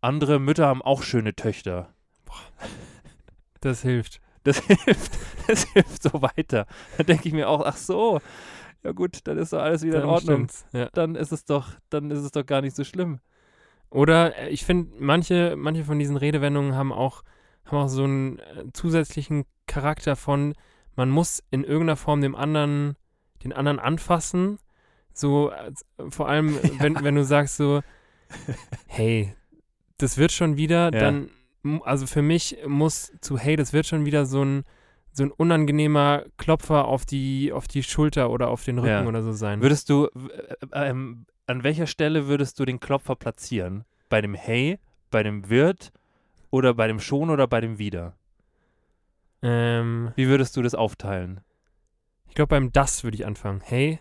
S2: andere Mütter haben auch schöne Töchter.
S3: Das hilft.
S2: Das hilft, das hilft so weiter. Da denke ich mir auch, ach so, ja gut, dann ist doch alles wieder in
S3: Dann
S2: Ordnung.
S3: stimmt's, Ja.
S2: Dann ist es doch, dann ist es doch gar nicht so schlimm.
S3: Oder äh, ich finde, manche, manche von diesen Redewendungen haben auch, haben auch so einen äh, zusätzlichen Charakter von, man muss in irgendeiner Form dem anderen, den anderen anfassen. So, äh, z- vor allem, wenn, wenn du sagst so, hey, das wird schon wieder,
S2: Ja.
S3: dann, mu- also für mich muss zu, hey, das wird schon wieder so ein, so ein unangenehmer Klopfer auf die, auf die Schulter oder auf den Rücken
S2: Ja.
S3: oder so sein.
S2: Würdest du, w- äh, ähm, an welcher Stelle würdest du den Klopfer platzieren? Bei dem Hey, bei dem Wirt oder bei dem Schon oder bei dem Wieder?
S3: ähm,
S2: Wie würdest du das aufteilen?
S3: ich glaube, beim Das würde ich anfangen. Hey,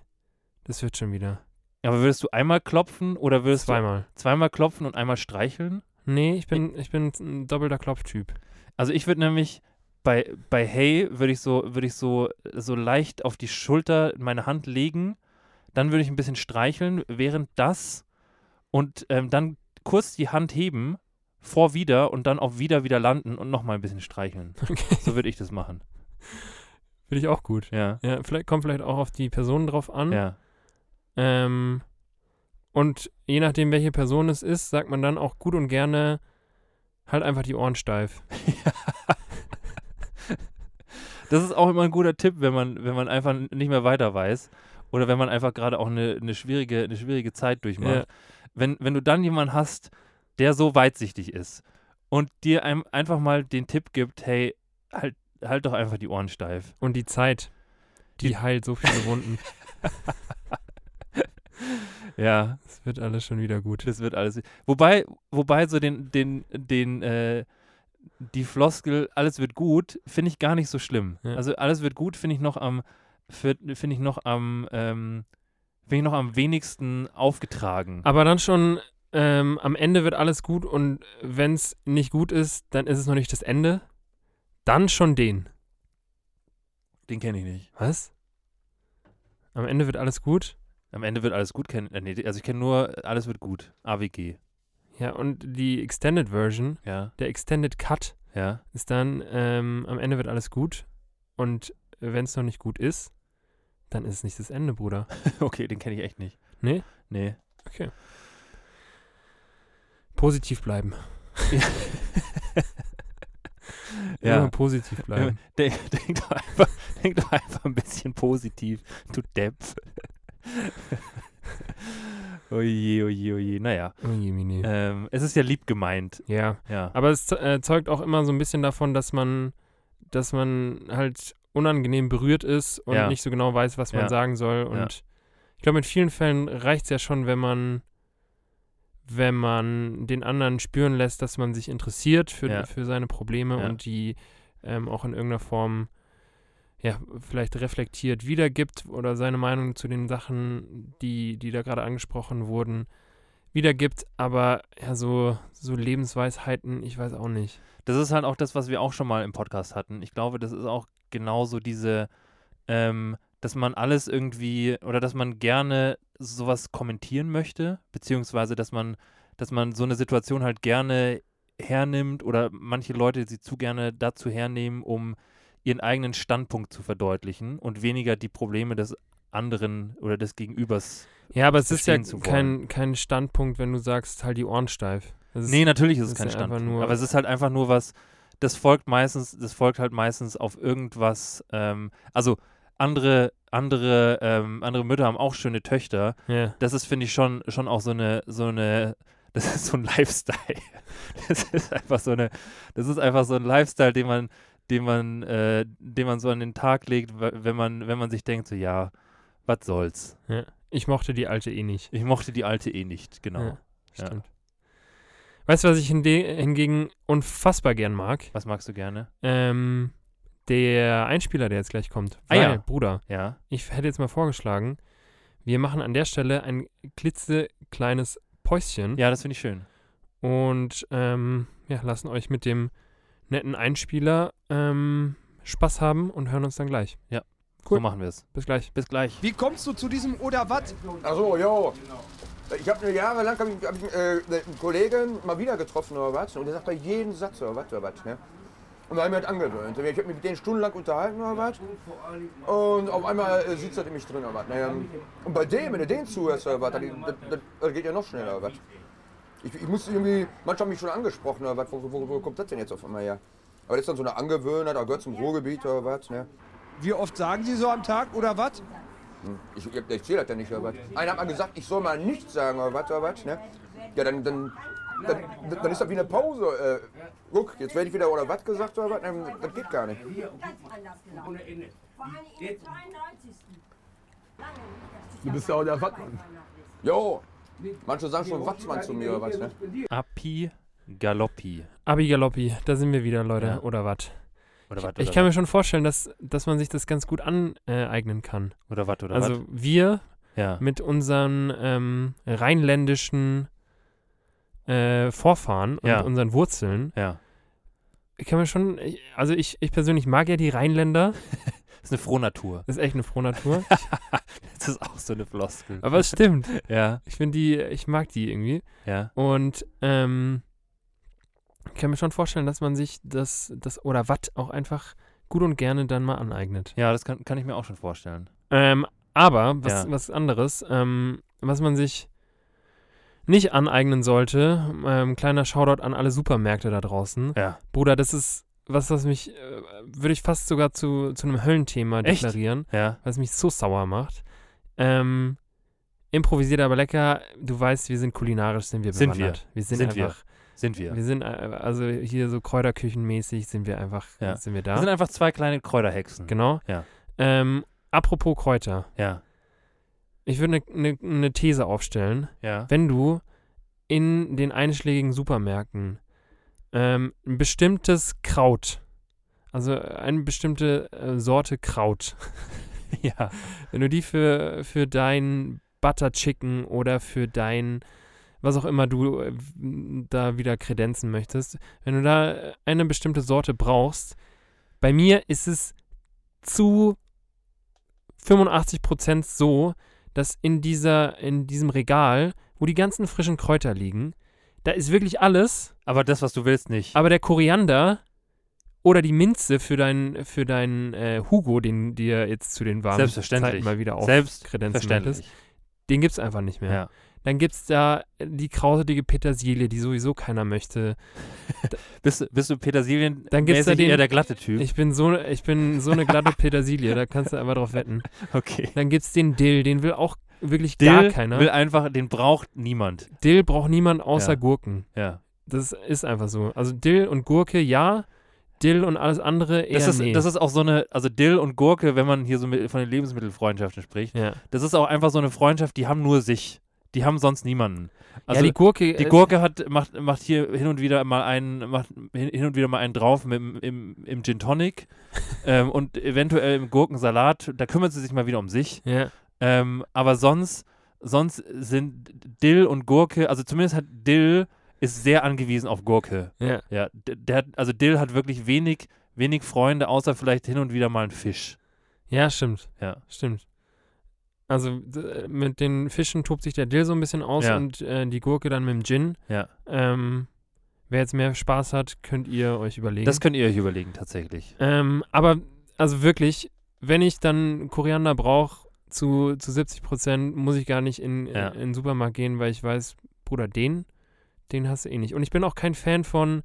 S3: das wird schon wieder.
S2: Aber würdest du einmal klopfen oder würdest
S3: Zweimal.
S2: du zweimal klopfen und einmal streicheln?
S3: Nee, ich bin, ich bin ein doppelter Klopftyp.
S2: Also ich würde nämlich bei, bei Hey würde ich so würde ich so so leicht auf die Schulter meine Hand legen, dann würde ich ein bisschen streicheln während das und ähm, dann kurz die Hand heben vor wieder und dann auf wieder wieder landen und noch mal ein bisschen streicheln.
S3: Okay.
S2: So würde ich das machen.
S3: Finde ich auch gut.
S2: Ja.
S3: Ja, vielleicht kommt vielleicht auch auf die Person drauf an.
S2: Ja.
S3: Ähm, und je nachdem, welche Person es ist, sagt man dann auch gut und gerne halt einfach die Ohren steif.
S2: Das ist auch immer ein guter Tipp, wenn man wenn man einfach nicht mehr weiter weiß oder wenn man einfach gerade auch eine, eine schwierige eine schwierige Zeit durchmacht.
S3: Ja.
S2: wenn, wenn du dann jemanden hast, der so weitsichtig ist und dir einem einfach mal den Tipp gibt, hey, halt, halt doch einfach die Ohren steif.
S3: Und die Zeit, die, heilt so viele Wunden.
S2: Ja.
S3: Es wird alles schon wieder gut.
S2: Das wird alles. Wobei, wobei so den, den, den, äh, die Floskel, alles wird gut, finde ich gar nicht so schlimm.
S3: Ja.
S2: Also alles wird gut, finde ich noch am, finde ich noch am, ähm, finde ich noch am wenigsten aufgetragen.
S3: Aber dann schon ähm, am Ende wird alles gut und wenn es nicht gut ist, dann ist es noch nicht das Ende. Dann schon den.
S2: Den kenne ich nicht.
S3: Was? Am Ende wird alles gut.
S2: Am Ende wird alles gut kennen. äh, Nee, also ich kenne nur, alles wird gut. AWG.
S3: Ja, und die Extended Version,
S2: Ja.
S3: der Extended Cut,
S2: Ja.
S3: ist dann, ähm, am Ende wird alles gut. Und wenn es noch nicht gut ist, dann ist es nicht das Ende, Bruder.
S2: Okay, den kenne ich echt nicht.
S3: Nee?
S2: Nee.
S3: Positiv bleiben. Immer positiv bleiben.
S2: Denk, denk, doch einfach, denk doch einfach ein bisschen positiv, du Depp. oje, oje, oje. Naja,
S3: Oh je, Mini.
S2: ähm, es ist ja lieb gemeint.
S3: Ja.
S2: Ja.
S3: Aber es ze- äh, zeugt auch immer so ein bisschen davon, dass man, dass man halt unangenehm berührt ist und
S2: Ja.
S3: nicht so genau weiß, was man
S2: Ja.
S3: sagen soll. Und ich glaube, in vielen Fällen reicht es ja schon, wenn man, wenn man den anderen spüren lässt, dass man sich interessiert für,
S2: Ja.
S3: für seine Probleme
S2: Ja.
S3: und die ähm, auch in irgendeiner Form ja, vielleicht reflektiert wiedergibt oder seine Meinung zu den Sachen, die, die da gerade angesprochen wurden, wiedergibt, aber ja, so, so Lebensweisheiten, ich weiß auch nicht.
S2: Das ist halt auch das, was wir auch schon mal im Podcast hatten. Ich glaube, das ist auch genauso diese, ähm, dass man alles irgendwie oder dass man gerne sowas kommentieren möchte, beziehungsweise dass man, dass man so eine Situation halt gerne hernimmt oder manche Leute sie zu gerne dazu hernehmen, um ihren eigenen Standpunkt zu verdeutlichen und weniger die Probleme des anderen oder des Gegenübers.
S3: Ja, aber es ist ja
S2: Verstehen zu
S3: kein, kein Standpunkt, wenn du sagst, halt die Ohren steif. Das ist-
S2: nee, natürlich ist es
S3: das ist
S2: kein
S3: ja einfach
S2: Stand.
S3: nur-
S2: aber es ist halt einfach nur was, das folgt meistens, das folgt halt meistens auf irgendwas, ähm, also andere, andere, ähm, andere Mütter haben auch schöne Töchter.
S3: ja.
S2: Das ist, finde ich, schon, schon auch so eine, so eine, das ist so ein Lifestyle. Das ist einfach so eine, das ist einfach so ein Lifestyle, den man, den man, äh, den man so an den Tag legt, we- wenn man, wenn man sich denkt, so ja, was soll's.
S3: ja. Ich mochte die alte eh nicht.
S2: Ich mochte die alte eh nicht, genau.
S3: Ja,
S2: Ja.
S3: stimmt. Weißt du, was ich hinde- hingegen unfassbar gern mag?
S2: Was magst du gerne?
S3: Ähm, der Einspieler, der jetzt gleich kommt.
S2: Ah ja.
S3: Weil, Bruder,
S2: Ja.
S3: ich hätte jetzt mal vorgeschlagen, wir machen an der Stelle ein klitzekleines Päuschen
S2: Ja, das finde ich schön.
S3: und ähm, ja, lassen euch mit dem netten Einspieler ähm, Spaß haben und hören uns dann gleich. Cool.
S2: So machen wir es.
S3: Bis gleich.
S2: Bis gleich.
S4: Wie kommst du zu diesem oder was?
S5: Ach so, jo. Ich habe mir jahrelang hab ich, hab ich, äh, einen Kollegen mal wieder getroffen oder was und der sagt bei jedem Satz oder was oder was. Ne? Und da habe ich mir das angewöhnt. Ich habe mich mit denen stundenlang unterhalten oder was und auf einmal äh, sitzt das in mich drin oder was. Ne? Und bei dem, wenn du den zuhörst oder was, das, das, das, das geht ja noch schneller oder was. Ich, ich muss irgendwie, manche haben mich schon angesprochen oder was, wo, wo, wo kommt das denn jetzt auf einmal her? Aber das ist dann so eine Angewöhnheit, auch gehört zum Ruhrgebiet oder was. Ne?
S4: Wie oft sagen sie so am Tag oder was?
S5: Ich, ich, ich zähle das ja nicht, oder was? Einer hat mal gesagt, ich soll mal nichts sagen, oder was, oder was, ne? Ja, dann, dann, dann, dann ist das wie eine Pause. Äh, guck, jetzt werde ich wieder oder was gesagt, oder was? Ähm, Das geht gar nicht.
S6: ganz anders gelaufen. Vor allem im 93. Lange nicht.
S7: Du bist ja auch der Wattmann.
S5: Jo, manche sagen schon Watzmann zu mir, oder was, ne?
S2: Api Galoppi.
S3: Abigaloppi, da sind wir wieder, Leute.
S2: Ja.
S3: Oder was?
S2: Oder was?
S3: Ich
S2: oder
S3: kann mir
S2: wat?
S3: schon vorstellen, dass, dass man sich das ganz gut aneignen kann.
S2: Oder was? Oder
S3: also
S2: wat?
S3: wir
S2: Ja.
S3: mit unseren ähm, rheinländischen äh, Vorfahren und
S2: Ja.
S3: unseren Wurzeln.
S2: Ja.
S3: Ich kann mir schon, ich- also ich, ich persönlich mag ja die Rheinländer.
S2: Ist eine Frohnatur.
S3: Das ist echt eine Frohnatur.
S2: Das ist auch so eine Floskel.
S3: Aber es stimmt.
S2: Ja.
S3: Ich finde die, ich mag die irgendwie.
S2: Ja.
S3: Und ähm, ich kann mir schon vorstellen, dass man sich das, das oder Watt auch einfach gut und gerne dann mal aneignet.
S2: Ja, das kann, kann ich mir auch schon vorstellen.
S3: Ähm, aber was,
S2: Ja.
S3: was anderes, ähm, was man sich nicht aneignen sollte, ähm, kleiner Shoutout an alle Supermärkte da draußen.
S2: Ja.
S3: Bruder, das ist was, was mich, äh, würde ich fast sogar zu, zu einem Höllenthema
S2: Echt?
S3: deklarieren,
S2: Ja.
S3: was mich so sauer macht. Ähm, improvisiert aber lecker, du weißt, wir sind kulinarisch, sind wir
S2: Sind wir.
S3: bewandert. Wir, sind,
S2: Sind wir.
S3: einfach,
S2: Sind wir.
S3: wir sind äh, also hier so Kräuterküchenmäßig sind wir einfach,
S2: Ja.
S3: sind wir
S2: Wir
S3: da.
S2: sind einfach zwei kleine Kräuterhexen.
S3: genau.
S2: Ja.
S3: Ähm, apropos Kräuter.
S2: Ja.
S3: Ich würde eine ne, ne These aufstellen.
S2: Ja.
S3: Wenn du in den einschlägigen Supermärkten ähm, ein bestimmtes Kraut, also eine bestimmte äh, Sorte Kraut,
S2: Ja.
S3: wenn du die für, für dein Butter Chicken oder für dein, was auch immer du äh, da wieder kredenzen möchtest, wenn du da äh, eine bestimmte Sorte brauchst, bei mir ist es zu 85% so, dass in, dieser, in diesem Regal, wo die ganzen frischen Kräuter liegen, da ist wirklich alles,
S2: Aber das, was du willst, nicht.
S3: aber der Koriander oder die Minze für deinen für deinen äh, Hugo, den dir jetzt zu den warmen
S2: Selbstverständlich.
S3: Zeiten mal wieder aufkredenzen möchtest,
S2: Selbstverständlich.
S3: den gibt's einfach nicht mehr.
S2: Ja.
S3: Dann gibt's da äh, die krautige Petersilie, die sowieso keiner möchte.
S2: Bist, du- bist du Petersilien
S3: Dann gibt's da
S2: mäßig
S3: den-
S2: eher der glatte Typ?
S3: Ich bin so, ich bin so eine glatte Petersilie, da kannst du einfach drauf wetten.
S2: okay.
S3: Dann gibt's den Dill, den will auch wirklich gar
S2: Dill
S3: keiner.
S2: will einfach, den braucht niemand.
S3: Dill braucht niemand außer
S2: Ja.
S3: Gurken.
S2: Ja.
S3: Das ist einfach so. Also Dill und Gurke, ja. Dill und alles andere eher
S2: Das ist,
S3: nee.
S2: das ist auch so eine, also Dill und Gurke, wenn man hier so mit, von den Lebensmittelfreundschaften spricht,
S3: ja.
S2: das ist auch einfach so eine Freundschaft, die haben nur sich. Die haben sonst niemanden. Also
S3: ja, die Gurke.
S2: Die
S3: äh,
S2: Gurke hat, macht, macht hier hin und wieder mal einen, macht hin hin und wieder mal einen drauf mit, dem- im, im Gin Tonic ähm, und eventuell im Gurkensalat. Da kümmert sie sich mal wieder um sich.
S3: Ja,
S2: Ähm, aber sonst, sonst sind Dill und Gurke, also zumindest hat Dill ist sehr angewiesen auf Gurke.
S3: ja.
S2: Ja, d- der, hat- also Dill hat wirklich wenig, wenig Freunde, außer vielleicht hin und wieder mal einen Fisch.
S3: Ja, stimmt.
S2: Ja.
S3: Stimmt. Also d- mit den Fischen tobt sich der Dill so ein bisschen aus
S2: Ja.
S3: und äh, die Gurke dann mit dem Gin.
S2: Ja.
S3: Ähm, wer jetzt mehr Spaß hat, könnt ihr euch überlegen.
S2: Das könnt ihr euch überlegen, tatsächlich.
S3: ähm, aber also wirklich, wenn ich dann Koriander brauche zu, zu 70 Prozent, muss ich gar nicht in,
S2: Ja.
S3: in, in den Supermarkt gehen, weil ich weiß, Bruder, den, Den hast du eh nicht. Und ich bin auch kein Fan von,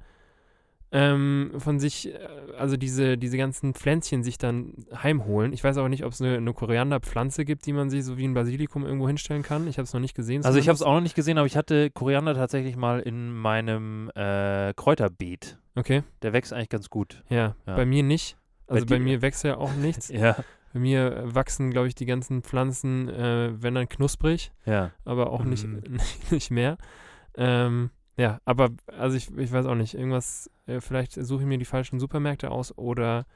S3: ähm, von sich, äh, also diese, diese ganzen Pflänzchen sich dann heimholen. Ich weiß auch nicht, ob es eine, eine Korianderpflanze gibt, die man sich so wie ein Basilikum irgendwo hinstellen kann. Ich habe es noch nicht gesehen.
S2: Also ich habe es
S3: zumindest.
S2: auch noch nicht gesehen, aber ich hatte Koriander tatsächlich mal in meinem äh, Kräuterbeet.
S3: Okay,
S2: Der wächst eigentlich ganz gut.
S3: ja,
S2: Ja.
S3: Bei mir nicht.
S2: Bei
S3: Also bei,
S2: dir-
S3: mir wächst ja auch nichts.
S2: Ja,
S3: bei mir äh, wachsen, glaube ich, die ganzen Pflanzen, äh, wenn dann knusprig.
S2: ja.
S3: aber auch nicht,
S2: Mhm.
S3: nicht, nicht mehr. Ähm, ja, aber also ich, ich weiß auch nicht, irgendwas, äh, vielleicht suche ich mir die falschen Supermärkte aus oder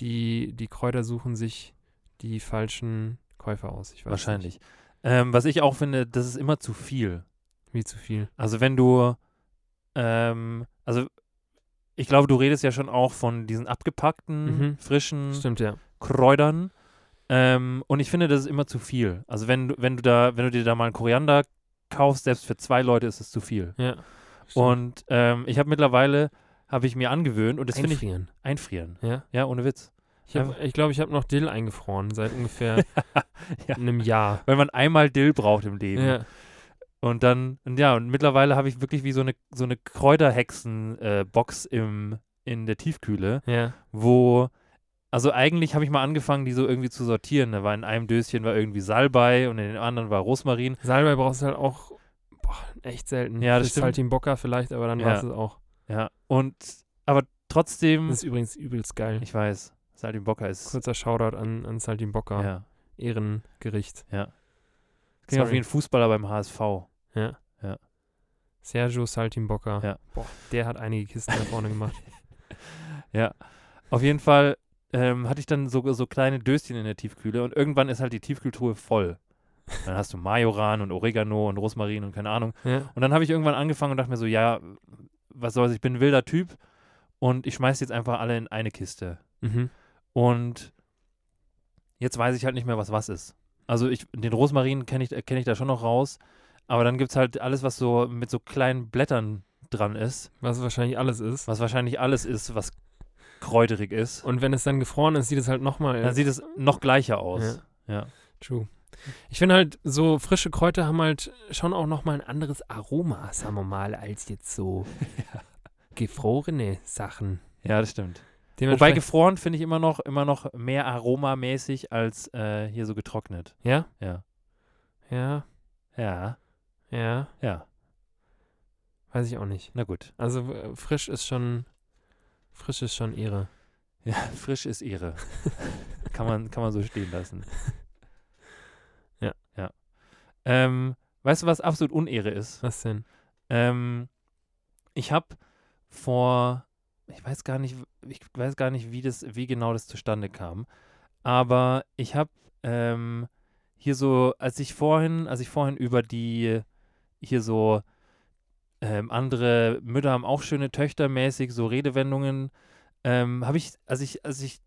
S3: die, die Kräuter suchen sich die falschen Käufer aus. Ich weiß
S2: Wahrscheinlich. Ähm, was ich auch finde, das ist immer zu viel.
S3: Nicht, wie zu viel.
S2: Also wenn du, ähm, also ich glaube, du redest ja schon auch von diesen abgepackten,
S3: Mhm.
S2: frischen
S3: Stimmt, ja.
S2: Kräutern. Ähm, und ich finde, das ist immer zu viel. Also wenn du, wenn du da, wenn du dir da mal einen Koriander kaufst, selbst für zwei Leute ist es zu viel.
S3: ja.
S2: Und ähm, ich habe mittlerweile, habe ich mir angewöhnt und das finde ich
S3: Einfrieren.
S2: einfrieren.
S3: Ja.
S2: Ja, ohne Witz.
S3: Ich glaube, ich, glaub, ich habe noch Dill eingefroren seit ungefähr
S2: Ja.
S3: einem Jahr.
S2: Wenn man einmal Dill braucht im Leben.
S3: Ja.
S2: Und dann, und ja, und mittlerweile habe ich wirklich wie so eine, so eine Kräuterhexen-Box äh, im, in der Tiefkühle.
S3: ja.
S2: wo, also eigentlich habe ich mal angefangen, die so irgendwie zu sortieren. Da war in einem Döschen war irgendwie Salbei und in den anderen war Rosmarin.
S3: Salbei brauchst du halt auch boah, echt selten.
S2: Ja, das
S3: Ist halt
S2: stimmt.
S3: den Bocker vielleicht, aber dann
S2: Ja. Hm.
S3: war es auch.
S2: Ja, und, aber trotzdem,
S3: Das ist übrigens übelst geil.
S2: ich weiß, Saltimbocca ist,
S3: Kurzer Shoutout an, an Saltimbocca.
S2: ja,
S3: Ehrengericht.
S2: klingt auf
S3: Sorry.
S2: wie ein Fußballer beim HSV.
S3: Sergio Saltimbocca.
S2: Ja.
S3: Boah, der hat einige Kisten da vorne gemacht.
S2: Auf jeden Fall ähm, hatte ich dann so, so kleine Döschen in der Tiefkühle und irgendwann ist halt die Tiefkühltruhe voll. Dann hast du Majoran und Oregano und Rosmarin und keine Ahnung.
S3: Ja.
S2: Und dann habe ich irgendwann angefangen und dachte mir so, ja, was soll's, ich bin ein wilder Typ und ich schmeiß jetzt einfach alle in eine Kiste.
S3: Mhm.
S2: Und jetzt weiß ich halt nicht mehr, was was ist. Also ich, den Rosmarin kenne ich, kenn ich da schon noch raus. Aber dann gibt es halt alles, was so mit so kleinen Blättern dran ist,
S3: Was wahrscheinlich alles ist.
S2: was wahrscheinlich alles ist, was kräuterig ist.
S3: Und wenn es dann gefroren ist, sieht es halt nochmal.
S2: Dann sieht es noch gleicher aus. Ja.
S3: True. Ich finde halt, so frische Kräuter haben halt schon auch nochmal ein anderes Aroma, sagen wir mal, als jetzt so gefrorene Sachen.
S2: Ja, das stimmt. Wobei
S3: Dementsprechend-
S2: gefroren finde ich immer noch, immer noch mehr aromamäßig als äh, hier so getrocknet.
S3: Ja?
S2: Ja.
S3: Ja,
S2: Ja,
S3: ja.
S2: ja.
S3: Weiß ich auch nicht.
S2: Na gut.
S3: Also äh, frisch ist schon. Frisch ist schon Ehre.
S2: Ja, frisch ist Ehre. kann, man, kann man so stehen lassen.
S3: Ja.
S2: ja. Ähm, weißt du, was absolut Unehre ist?
S3: Was denn?
S2: Ähm, ich habe vor, ich weiß gar nicht, ich weiß gar nicht, wie, das, wie genau das zustande kam, aber ich habe ähm, hier so, als ich vorhin, als ich vorhin über die hier so ähm, andere Mütter haben auch schöne Töchter mäßig, so Redewendungen, ähm, habe ich, als ich, als ich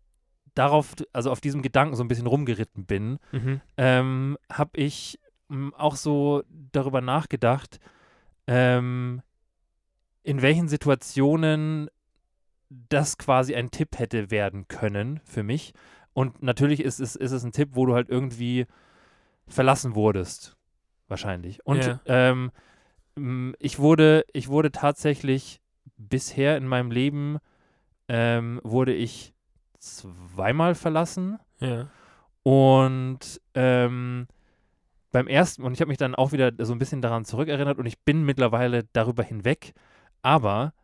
S2: darauf, also auf diesem Gedanken so ein bisschen rumgeritten bin,
S3: Mhm.
S2: ähm, habe ich m, auch so darüber nachgedacht, ähm, in welchen Situationen das quasi ein Tipp hätte werden können für mich. Und natürlich ist es, ist es ein Tipp, wo du halt irgendwie verlassen wurdest. Wahrscheinlich. Und
S3: Ja.
S2: ähm, m, ich, wurde, ich wurde tatsächlich bisher in meinem Leben, ähm, wurde ich zweimal verlassen.
S3: Ja.
S2: Und ähm, beim ersten, und ich habe mich dann auch wieder so ein bisschen daran zurückerinnert und ich bin mittlerweile darüber hinweg. Aber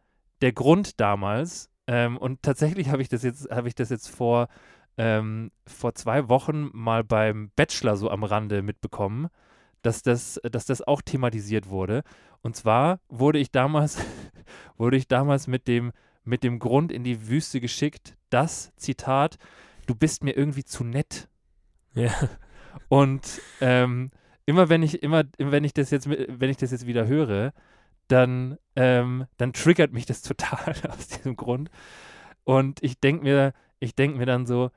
S2: der Grund damals, ähm, und tatsächlich habe ich das jetzt, habe ich das jetzt vor, ähm, vor zwei Wochen mal beim Bachelor so am Rande mitbekommen, dass das, dass das auch thematisiert wurde. Und zwar wurde ich damals, wurde ich damals mit dem, mit dem Grund in die Wüste geschickt, dass, Zitat, du bist mir irgendwie zu nett.
S3: Ja.
S2: Und ähm, immer wenn ich, immer, wenn ich das jetzt mit- wenn ich das jetzt wieder höre, dann, ähm, dann triggert mich das total aus diesem Grund. Und ich denke mir, ich denke mir dann so,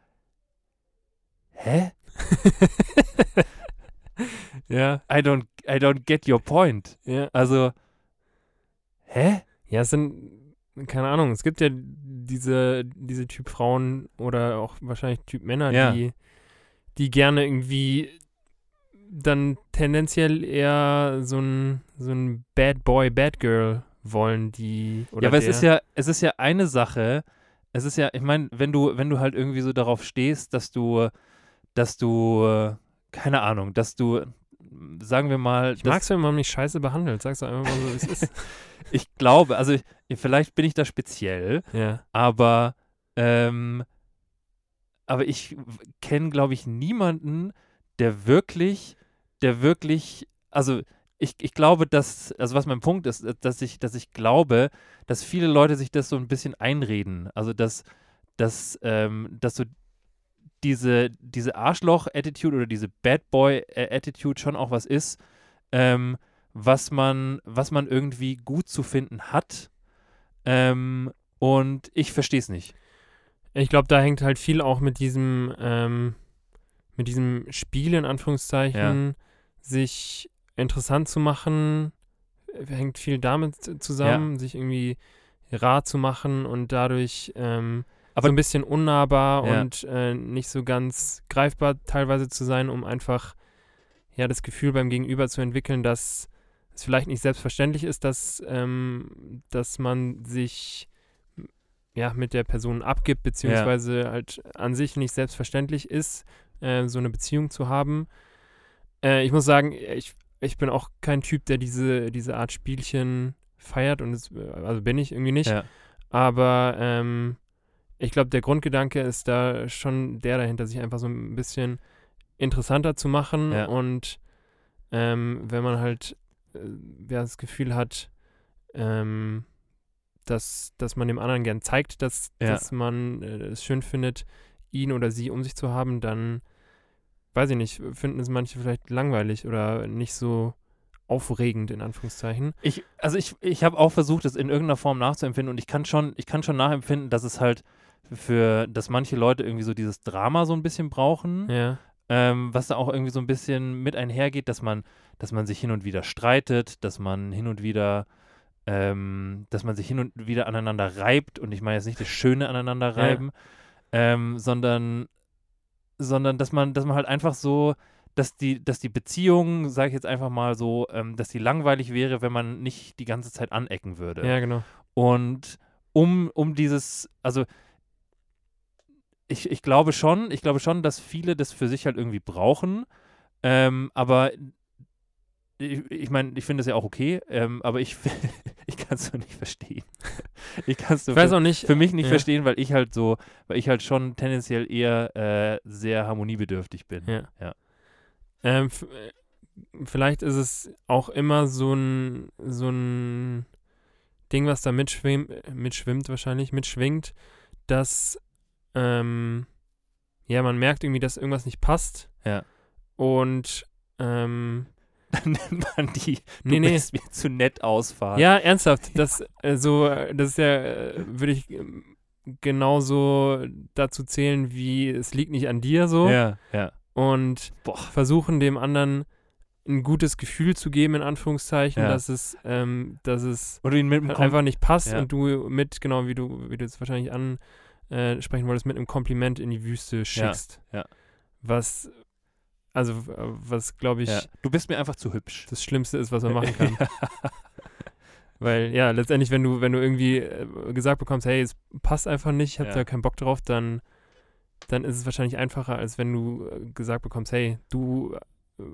S2: hä?
S3: ja.
S2: I don't, I don't get your point.
S3: Ja.
S2: Also, hä?
S3: Ja, es sind, keine Ahnung, es gibt ja diese, diese Typ Frauen oder auch wahrscheinlich Typ Männer,
S2: Ja.
S3: die, die gerne irgendwie dann tendenziell eher so ein, so ein Bad Boy, Bad Girl wollen, die. Oder
S2: ja, aber es
S3: der.
S2: ist ja, es ist ja eine Sache. Es ist ja, ich meine, wenn du, wenn du halt irgendwie so darauf stehst, dass du, dass du, äh, keine Ahnung, dass du, m, sagen wir mal,
S3: Ich
S2: dass-
S3: mag's, wenn man mich scheiße behandelt. Sag's doch einfach mal so, wie es ist.
S2: ich glaube, also ich, vielleicht bin ich da speziell,
S3: Ja.
S2: aber, ähm, aber ich kenne, glaube ich, niemanden, der wirklich, der wirklich, also ich, ich glaube, dass, also was mein Punkt ist, äh, dass ich, dass ich glaube, dass viele Leute sich das so ein bisschen einreden. Also dass, dass, ähm, dass du diese, diese Arschloch-Attitude oder diese Bad Boy-Attitude schon auch was ist, ähm, was man, was man irgendwie gut zu finden hat. Ähm, und ich verstehe es nicht.
S3: Ich glaube, da hängt halt viel auch mit diesem, ähm, mit diesem Spiel in Anführungszeichen, sich interessant zu machen, äh, hängt viel damit z- zusammen, sich irgendwie rar zu machen und dadurch ähm,
S2: Aber-
S3: so ein bisschen unnahbar
S2: Ja.
S3: und äh, nicht so ganz greifbar teilweise zu sein, um einfach ja das Gefühl beim Gegenüber zu entwickeln, dass es vielleicht nicht selbstverständlich ist, dass, ähm, dass man sich m, ja, mit der Person abgibt, beziehungsweise halt an sich nicht selbstverständlich ist, äh, so eine Beziehung zu haben. Äh, ich muss sagen, ich, ich bin auch kein Typ, der diese, diese Art Spielchen feiert und es, also bin ich irgendwie nicht.
S2: Ja.
S3: Aber ähm, ich glaube, der Grundgedanke ist da schon der dahinter, sich einfach so ein bisschen interessanter zu machen.
S2: Ja.
S3: Und ähm, wenn man halt äh, ja, das Gefühl hat, ähm, dass, dass man dem anderen gern zeigt, dass,
S2: Ja.
S3: dass man äh, es schön findet, ihn oder sie um sich zu haben, dann weiß ich nicht, finden es manche vielleicht langweilig oder nicht so aufregend in Anführungszeichen.
S2: Ich, also ich, ich habe auch versucht, es in irgendeiner Form nachzuempfinden und ich kann schon, ich kann schon nachempfinden, dass es halt für, dass manche Leute irgendwie so dieses Drama so ein bisschen brauchen,
S3: Ja,
S2: ähm, was da auch irgendwie so ein bisschen mit einhergeht, dass man, dass man sich hin und wieder streitet, dass man hin und wieder, ähm, dass man sich hin und wieder aneinander reibt und ich meine jetzt nicht das Schöne aneinander
S3: Ja.
S2: reiben, ähm, sondern, sondern dass man, dass man halt einfach so, dass die, dass die Beziehung, sage ich jetzt einfach mal so, ähm, dass die langweilig wäre, wenn man nicht die ganze Zeit anecken würde.
S3: ja genau.
S2: Und um, um dieses, also ich, ich glaube schon, ich glaube schon, dass viele das für sich halt irgendwie brauchen. Ähm, aber ich, ich meine, ich finde es ja auch okay, ähm, aber ich, ich kann es so nicht verstehen. Ich kann es so
S3: Ich weiß auch nicht,
S2: für mich nicht
S3: ja.
S2: verstehen, weil ich halt so, weil ich halt schon tendenziell eher äh, sehr harmoniebedürftig bin.
S3: Ja.
S2: Ja.
S3: Ähm, f- äh, vielleicht ist es auch immer so ein, so ein Ding, was da mitschwimmt, mitschwimmt wahrscheinlich, mitschwingt, dass ähm, ja, man merkt irgendwie, dass irgendwas nicht passt.
S2: Ja.
S3: Und ähm,
S2: Dann nennt man die, du
S3: nee, nee.
S2: bist mir zu nett ausfahren.
S3: Ja, ernsthaft. Das, äh, so, äh, das ist ja, äh, würde ich ähm, genauso dazu zählen, wie es liegt nicht an dir so.
S2: ja, ja.
S3: und versuchen dem anderen ein gutes Gefühl zu geben, in Anführungszeichen,
S2: Ja.
S3: dass es, ähm, dass es
S2: Oder ihn mit dem
S3: halt
S2: Kom
S3: einfach nicht passt
S2: Ja.
S3: und du mit, genau wie du, wie du es wahrscheinlich ansprechen wolltest, mit einem Kompliment in die Wüste schickst.
S2: ja.
S3: Was, also äh, was glaube ich
S2: ja. Du bist mir einfach zu hübsch.
S3: das Schlimmste ist, was man machen kann. Weil ja, letztendlich, wenn du, wenn du irgendwie äh, gesagt bekommst, hey, es passt einfach nicht, ich habe
S2: Ja.
S3: da keinen Bock drauf, dann, dann ist es wahrscheinlich einfacher, als wenn du äh, gesagt bekommst, hey, du äh,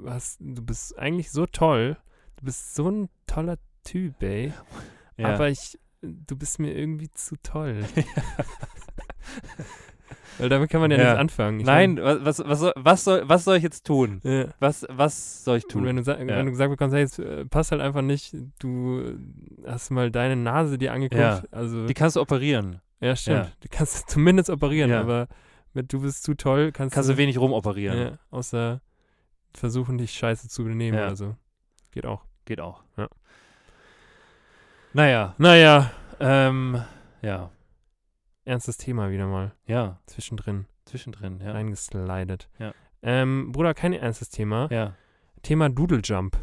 S3: hast, du bist eigentlich so toll, du bist so ein toller Typ, ey,
S2: Ja.
S3: aber ich, du bist mir irgendwie zu toll. Weil damit kann man ja,
S2: Ja.
S3: nichts anfangen. Ich
S2: Nein, wa- was, was, soll- was, soll, was soll ich jetzt tun?
S3: mein, ja.
S2: Was, was soll ich
S3: Und wenn
S2: tun?
S3: du, sa- wenn du gesagt bekommst, hey, es äh, passt halt einfach nicht, du äh, hast mal deine Nase dir angeguckt.
S2: Ja.
S3: Also,
S2: Die kannst du operieren.
S3: ja, stimmt.
S2: ja.
S3: Du kannst zumindest operieren,
S2: Ja.
S3: aber mit du bist zu toll, kannst,
S2: Kannst du wenig rumoperieren.
S3: ja, außer versuchen, dich scheiße zu benehmen.
S2: Ja.
S3: Also, geht auch.
S2: Geht auch.
S3: Ja.
S2: Naja,
S3: Naja,
S2: ähm, ja,
S3: ernstes Thema wieder mal.
S2: ja,
S3: Zwischendrin
S2: zwischendrin, ja.
S3: reingeslidet.
S2: Ja.
S3: Ähm, Bruder, kein ernstes Thema.
S2: Ja.
S3: Thema Doodle Jump.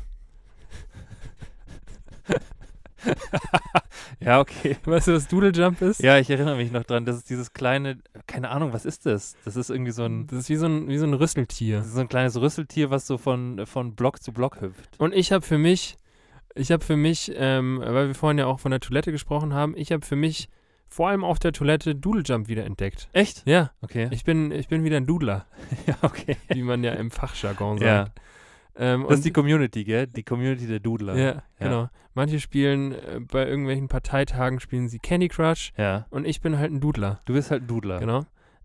S2: Ja, okay.
S3: Weißt du, was Doodle Jump ist?
S2: Ja, ich erinnere mich noch dran. Das ist dieses kleine, keine Ahnung, was ist das? Das ist irgendwie so ein,
S3: Das ist wie so ein, wie so ein Rüsseltier.
S2: das ist so ein kleines Rüsseltier, was so von, von Block zu Block hüpft.
S3: Und ich habe für mich, ich habe für mich, ähm, weil wir vorhin ja auch von der Toilette gesprochen haben, ich habe für mich vor allem auf der Toilette Doodle Jump wieder entdeckt.
S2: Echt?
S3: Ja,
S2: Okay.
S3: ich bin, ich bin wieder ein Doodler,
S2: Ja, okay.
S3: wie man ja im Fachjargon
S2: Ja.
S3: sagt. Ähm,
S2: Das ist die Community, gell? Die Community der Doodler.
S3: ja, genau. Manche spielen äh, bei irgendwelchen Parteitagen spielen sie Candy Crush
S2: Ja.
S3: und ich bin halt ein Doodler.
S2: Du bist halt ein Doodler.
S3: Genau.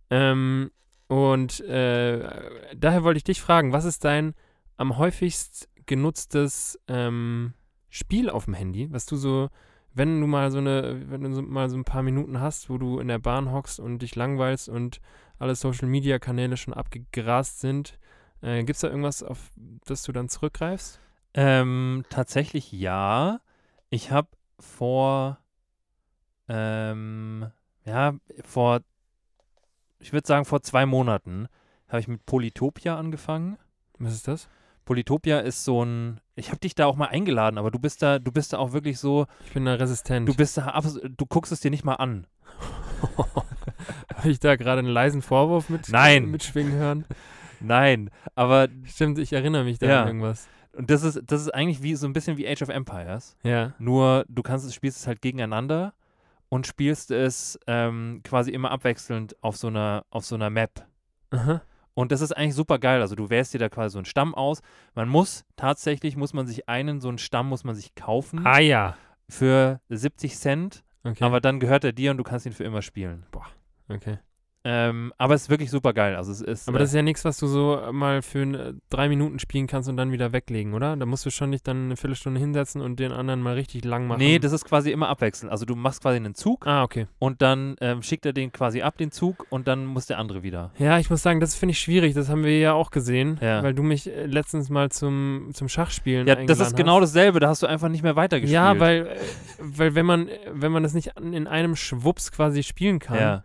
S3: Ähm, und äh, daher wollte ich dich fragen, was ist dein am häufigst genutztes ähm, Spiel auf dem Handy, was du so, wenn du mal so eine, wenn du so, mal so ein paar Minuten hast, wo du in der Bahn hockst und dich langweilst und alle Social Media Kanäle schon abgegrast sind, äh, gibt es da irgendwas, auf das du dann zurückgreifst?
S2: Ähm, tatsächlich ja. Ich habe vor, ähm, ja, vor, ich würde sagen vor zwei Monaten habe ich mit Polytopia angefangen.
S3: Was ist das?
S2: Polytopia ist so ein, ich habe dich da auch mal eingeladen, aber du bist da, du bist da auch wirklich so,
S3: Ich bin da resistent.
S2: du bist da, abs- du guckst es dir nicht mal an.
S3: Habe ich da gerade einen leisen Vorwurf mit
S2: Nein.
S3: mitschwingen hören?
S2: Nein, aber
S3: Stimmt, ich erinnere mich da
S2: Ja.
S3: an irgendwas.
S2: und das ist, das ist eigentlich wie so ein bisschen wie Age of Empires.
S3: Ja.
S2: Nur du kannst es, spielst es halt gegeneinander und spielst es ähm, quasi immer abwechselnd auf so einer, auf so einer Map.
S3: Aha.
S2: Und das ist eigentlich super geil. Also du wählst dir da quasi so einen Stamm aus. Man muss tatsächlich, muss man sich einen, so einen Stamm muss man sich kaufen
S3: Ah ja.
S2: für 70 Cent.
S3: Okay.
S2: Aber dann gehört er dir und du kannst ihn für immer spielen.
S3: okay.
S2: Ähm, aber es ist wirklich super geil. Also es ist,
S3: aber
S2: äh,
S3: das ist ja nichts, was du so mal für äh, drei Minuten spielen kannst und dann wieder weglegen, oder? Da musst du schon nicht dann eine Viertelstunde hinsetzen und den anderen mal richtig lang machen.
S2: nee, das ist quasi immer abwechselnd. Also du machst quasi einen Zug
S3: Ah, okay.
S2: und dann ähm, schickt er den quasi ab, den Zug, und dann muss der andere wieder.
S3: Ja, ich muss sagen, das finde ich schwierig. Das haben wir ja auch gesehen,
S2: Ja.
S3: weil du mich äh, letztens mal zum, zum Schachspielen
S2: Ja, das
S3: eingeladen
S2: ist genau dasselbe. Da hast du einfach nicht mehr
S3: hast.
S2: weitergespielt.
S3: Ja, weil, äh, weil wenn man, äh, wenn man das nicht an- in einem Schwups quasi spielen kann,
S2: Ja.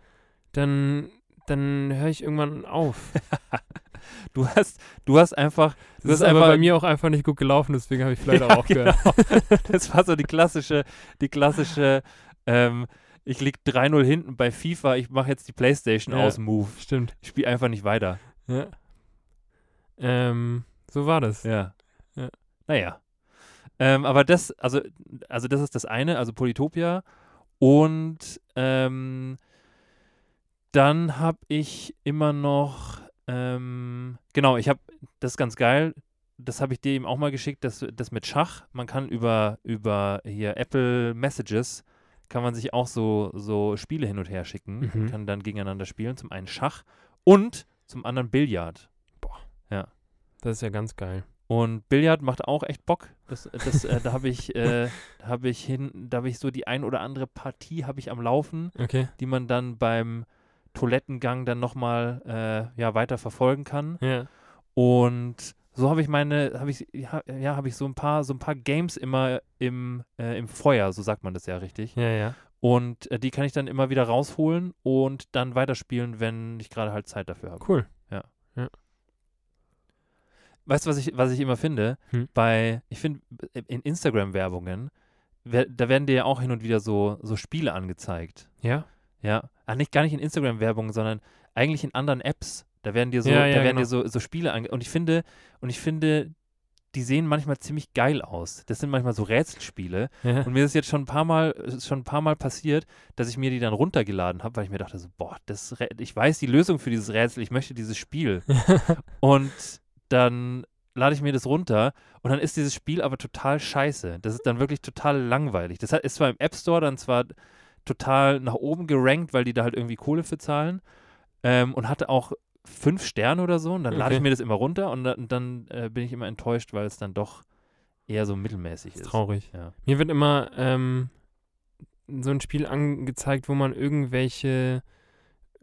S3: dann, dann höre ich irgendwann auf.
S2: Du hast, du hast einfach, du
S3: Das ist
S2: hast
S3: aber
S2: einfach
S3: bei mir auch einfach nicht gut gelaufen, deswegen habe ich leider
S2: Ja, genau.
S3: auch gehört.
S2: das war so die klassische, die klassische, ähm, ich lieg 3-0 hinten bei FIFA, ich mache jetzt die Playstation
S3: Ja.
S2: aus Move.
S3: Stimmt.
S2: Ich spiele einfach nicht weiter.
S3: Ja. Ähm, so war das.
S2: Ja.
S3: Ja.
S2: Naja. Ähm, aber das, also, also das ist das eine, also Polytopia. Und ähm, dann habe ich immer noch, ähm, genau, ich habe, das ist ganz geil, das habe ich dir eben auch mal geschickt, das, das mit Schach. Man kann über, über hier Apple Messages, kann man sich auch so, so Spiele hin und her schicken,
S3: Mhm.
S2: kann dann gegeneinander spielen. Zum einen Schach und zum anderen Billard.
S3: Das ist ja ganz geil.
S2: Und Billard macht auch echt Bock. Das, das, äh, da habe ich, äh, da habe ich hin, da habe ich so die ein oder andere Partie habe ich am Laufen,
S3: Okay.
S2: die man dann beim Toilettengang dann nochmal äh, ja, weiter verfolgen kann.
S3: Ja.
S2: Und so habe ich meine, habe ich, ja, ja habe ich so ein paar, so ein paar Games immer im, äh, im Feuer, so sagt man das ja richtig.
S3: Ja, ja.
S2: Und äh, die kann ich dann immer wieder rausholen und dann weiterspielen, wenn ich gerade halt Zeit dafür habe.
S3: Cool.
S2: Weißt du, was ich, was ich immer finde?
S3: Hm.
S2: Bei, ich finde, in Instagram-Werbungen, wer- da werden dir ja auch hin und wieder so, so Spiele angezeigt.
S3: Ja.
S2: Ja. Ach, nicht gar nicht in Instagram-Werbungen, sondern eigentlich in anderen Apps. Da werden dir so,
S3: Ja,
S2: da
S3: ja,
S2: werden
S3: genau.
S2: dir so, so Spiele ange Und ich finde, und ich finde, die sehen manchmal ziemlich geil aus. Das sind manchmal so Rätselspiele.
S3: ja.
S2: Und mir ist jetzt schon ein paar Mal, es ist schon ein paar Mal passiert, dass ich mir die dann runtergeladen habe, weil ich mir dachte so, boah, das, Rä- ich weiß die Lösung für dieses Rätsel, ich möchte dieses Spiel. und dann lade ich mir das runter und dann ist dieses Spiel aber total scheiße. Das ist dann
S3: Mhm.
S2: wirklich total langweilig. Das hat- ist zwar im App Store dann zwar total nach oben gerankt, weil die da halt irgendwie Kohle für zahlen ähm, und hatte auch fünf Sterne oder so und dann lade ich
S3: Okay.
S2: mir das immer runter und dann, dann äh, bin ich immer enttäuscht, weil es dann doch eher so mittelmäßig
S3: ist
S2: ist.
S3: traurig.
S2: Ja.
S3: Mir wird immer ähm, so ein Spiel angezeigt, wo man irgendwelche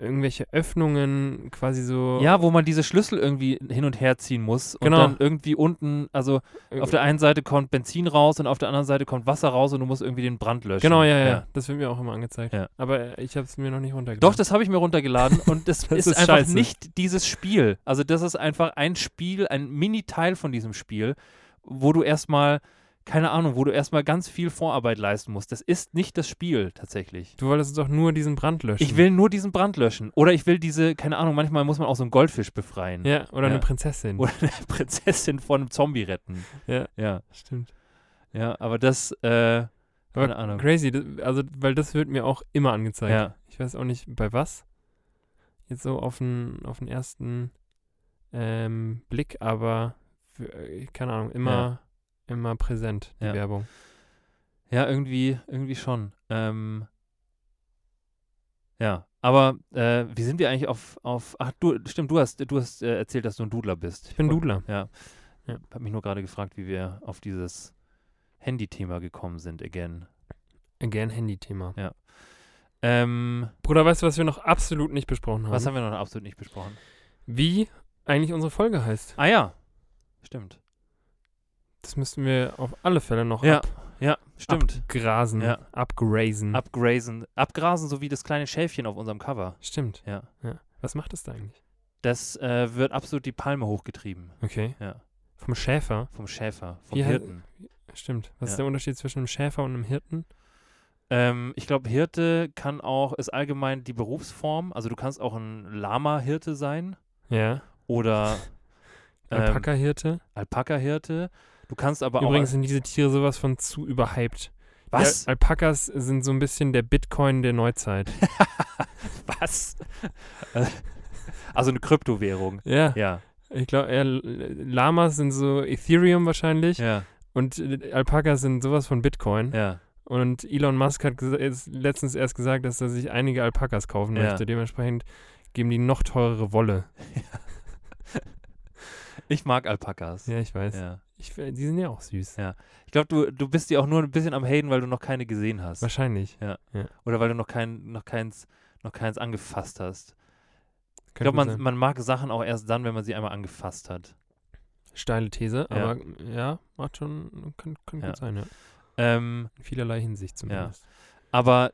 S3: irgendwelche Öffnungen quasi so
S2: Ja, wo man diese Schlüssel irgendwie hin und her ziehen muss und
S3: Genau.
S2: dann irgendwie unten, also
S3: äh,
S2: auf der einen Seite kommt Benzin raus und auf der anderen Seite kommt Wasser raus und du musst irgendwie den Brand löschen.
S3: Genau, ja, ja, Das wird mir auch immer angezeigt.
S2: Ja.
S3: Aber äh, ich habe es mir noch nicht runtergeladen.
S2: Doch, das habe ich mir runtergeladen und das,
S3: Das
S2: ist,
S3: ist
S2: einfach
S3: scheiße.
S2: nicht dieses Spiel. Also das ist einfach ein Spiel, ein Mini-Teil von diesem Spiel, wo du erstmal, keine Ahnung, wo du erstmal ganz viel Vorarbeit leisten musst. Das ist nicht das Spiel tatsächlich.
S3: Du wolltest doch nur diesen Brand löschen.
S2: Ich will nur diesen Brand löschen. Oder ich will diese, keine Ahnung, manchmal muss man auch so einen Goldfisch befreien.
S3: Ja, oder
S2: Ja.
S3: eine Prinzessin.
S2: Oder eine Prinzessin vor einem Zombie retten.
S3: Ja.
S2: Ja,
S3: Stimmt.
S2: ja aber das, äh,
S3: Aber
S2: keine Ahnung.
S3: crazy, das- also, weil das wird mir auch immer angezeigt.
S2: Ja.
S3: Ich weiß auch nicht, bei was. Jetzt so auf den, auf den ersten ähm, Blick, aber für, äh, keine Ahnung, immer, immer präsent, die
S2: Ja.
S3: Werbung.
S2: Ja, irgendwie, irgendwie schon. Ähm, ja, aber äh, wie sind wir eigentlich auf, auf ach du, stimmt, du hast, du hast äh, erzählt, dass du ein Dudler bist.
S3: Ich bin Dudler.
S2: Ich habe mich nur gerade gefragt, wie wir auf dieses Handy-Thema gekommen sind, again.
S3: Again Äh, Handy-Thema.
S2: Ähm,
S3: Bruder, weißt du, was wir noch absolut nicht besprochen haben?
S2: was haben wir noch absolut nicht besprochen?
S3: Wie eigentlich unsere Folge heißt.
S2: Ah ja, stimmt.
S3: Das müssten wir auf alle Fälle noch
S2: Ja,
S3: ab, Mhm.
S2: ja, stimmt.
S3: abgrasen,
S2: Ja.
S3: abgrasen.
S2: Abgrasen, abgrasen, so wie das kleine Schäfchen auf unserem Cover.
S3: Stimmt.
S2: Ja.
S3: ja. Was macht das da eigentlich?
S2: Das äh, wird absolut die Palme hochgetrieben.
S3: Okay.
S2: Ja,
S3: Vom Schäfer.
S2: vom Schäfer, vom
S3: Wie heißt-
S2: Hirten.
S3: Stimmt. Was
S2: Ja.
S3: ist der Unterschied zwischen einem Schäfer und einem Hirten?
S2: Ähm, ich glaube, Hirte kann auch, ist allgemein die Berufsform. Also du kannst auch ein Lama-Hirte sein
S3: Ja.
S2: oder ähm,
S3: Alpaka-Hirte.
S2: Alpaka-Hirte. Du kannst aber
S3: Übrigens äh,
S2: auch.
S3: sind diese Tiere sowas von zu überhyped. Die
S2: Was?
S3: Al Alpakas sind so ein bisschen der Bitcoin der Neuzeit.
S2: Was? also eine Kryptowährung.
S3: ja.
S2: Ja.
S3: Ich glaube, eher L- Lamas sind so Ethereum wahrscheinlich
S2: Ja.
S3: und äh, Alpakas sind sowas von Bitcoin.
S2: Ja.
S3: Und Elon Musk hat gesa- ist letztens erst gesagt, dass er sich einige Alpakas kaufen
S2: Ja.
S3: möchte. Dementsprechend geben die noch teurere Wolle.
S2: Ich mag Alpakas.
S3: Ja, ich weiß.
S2: Ja.
S3: Ich, f- die sind ja auch süß.
S2: Ich glaube, du, du bist die auch nur ein bisschen am Haten, weil du noch keine gesehen hast.
S3: Wahrscheinlich.
S2: Oder weil du noch, kein, noch, keins, noch keins angefasst hast. Ich
S3: Könnte
S2: glaube,
S3: gut
S2: man,
S3: sein.
S2: man mag Sachen auch erst dann, wenn man sie einmal angefasst hat.
S3: Steile These,
S2: Ja.
S3: aber ja, macht schon, kann, kann
S2: Ja.
S3: gut sein, ja.
S2: Ähm,
S3: In vielerlei Hinsicht zumindest.
S2: Aber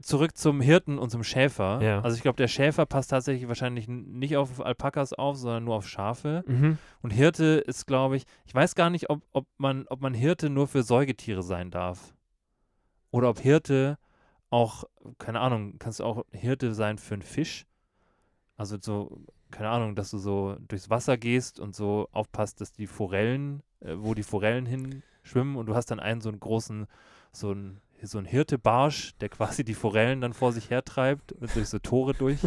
S2: zurück zum Hirten und zum Schäfer.
S3: Ja.
S2: Also ich glaube, der Schäfer passt tatsächlich wahrscheinlich n- nicht auf Alpakas auf, sondern nur auf Schafe.
S3: Mhm.
S2: Und Hirte ist, glaube ich, ich weiß gar nicht, ob, ob, man, ob man Hirte nur für Säugetiere sein darf. Oder ob Hirte auch, keine Ahnung, kannst du auch Hirte sein für einen Fisch? Also so, keine Ahnung, dass du so durchs Wasser gehst und so aufpasst, dass die Forellen, äh, wo die Forellen hinschwimmen und du hast dann einen so einen großen, so einen, so einen Hirtebarsch, der quasi die Forellen dann vor sich hertreibt, und durch so Tore durch.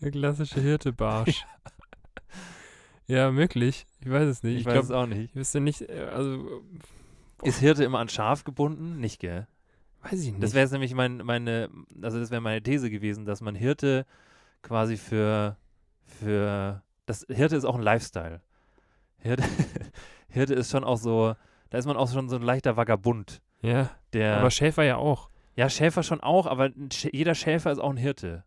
S3: Der klassische Hirte-Barsch. ja, möglich. Ich weiß es nicht. Ich,
S2: weiß es
S3: glaube,
S2: auch nicht.
S3: ich wüsste nicht, äh, also, äh,
S2: Ist Hirte immer an Schaf gebunden? Nicht, gell?
S3: weiß ich nicht.
S2: Das wäre jetzt nämlich mein, meine, also das wäre meine These gewesen, dass man Hirte quasi für, für, das Hirte ist auch ein Lifestyle. Hirte, Hirte ist schon auch so, da ist man auch schon so ein leichter Vagabund,
S3: ja,
S2: der,
S3: aber Schäfer ja auch.
S2: ja Schäfer schon auch, aber ein Schä- jeder Schäfer ist auch ein Hirte.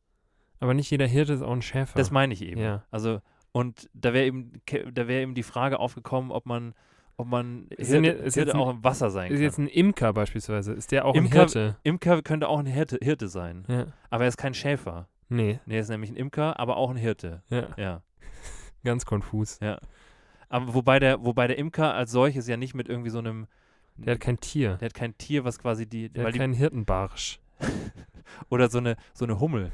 S3: Aber nicht jeder Hirte ist auch ein Schäfer.
S2: Das meine ich eben.
S3: Ja.
S2: Also, und da wäre eben, ke- da wäre eben die Frage aufgekommen, ob man, ob man
S3: Ist denn
S2: Hirte,
S3: jetzt- ist
S2: Hirte
S3: jetzt ein-
S2: auch im Wasser sein
S3: ist jetzt
S2: kann.
S3: ein Imker beispielsweise. Ist der auch
S2: Imker-
S3: ein Hirte?
S2: Imker könnte auch ein Hirte, Hirte sein,
S3: Ja.
S2: aber er ist kein Schäfer.
S3: Nee,
S2: Nee, er ist nämlich ein Imker, aber auch ein Hirte.
S3: ja.
S2: Ja.
S3: Ganz konfus.
S2: Aber wobei der, wobei der Imker als solches ja nicht mit irgendwie so einem.
S3: Der hat kein Tier.
S2: der hat kein Tier, was quasi die.
S3: Der
S2: weil
S3: hat
S2: die
S3: keinen Hirtenbarsch.
S2: oder so eine, so eine Hummel.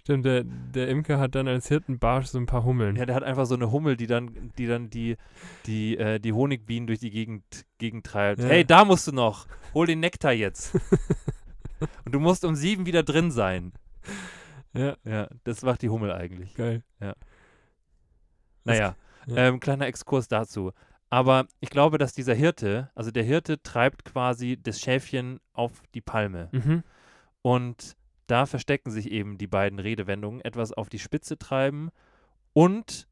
S3: Stimmt, der, der Imker hat dann als Hirtenbarsch so ein paar Hummeln.
S2: Ja, der hat einfach so eine Hummel, die dann, die dann die, die, äh, die Honigbienen durch die Gegend, Gegend treibt.
S3: Ja.
S2: Hey, da musst du noch. Hol den Nektar jetzt. Und du musst um sieben wieder drin sein.
S3: ja.
S2: Ja, das macht die Hummel eigentlich.
S3: Geil.
S2: Naja,
S3: ja.
S2: ähm, kleiner Exkurs dazu. Aber ich glaube, dass dieser Hirte, also der Hirte treibt quasi das Schäfchen auf die Palme.
S3: Mhm.
S2: Und da verstecken sich eben die beiden Redewendungen, etwas auf die Spitze treiben und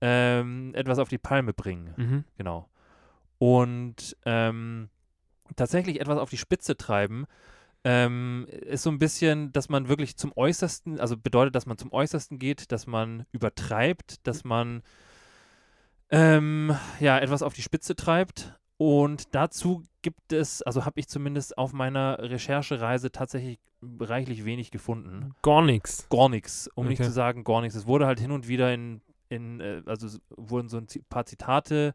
S2: ähm, etwas auf die Palme bringen.
S3: Mhm.
S2: Genau. Und ähm, tatsächlich etwas auf die Spitze treiben ähm, ist so ein bisschen, dass man wirklich zum Äußersten, also bedeutet, dass man zum Äußersten geht, dass man übertreibt, dass man ähm, ja etwas auf die Spitze treibt. Und dazu gibt es, also habe ich zumindest auf meiner Recherchereise tatsächlich reichlich wenig gefunden
S3: Gar nichts.
S2: gar nichts, um nicht
S3: Okay.
S2: zu sagen gar nichts. Es wurde halt hin und wieder in, in äh, also es wurden so ein Zi- paar Zitate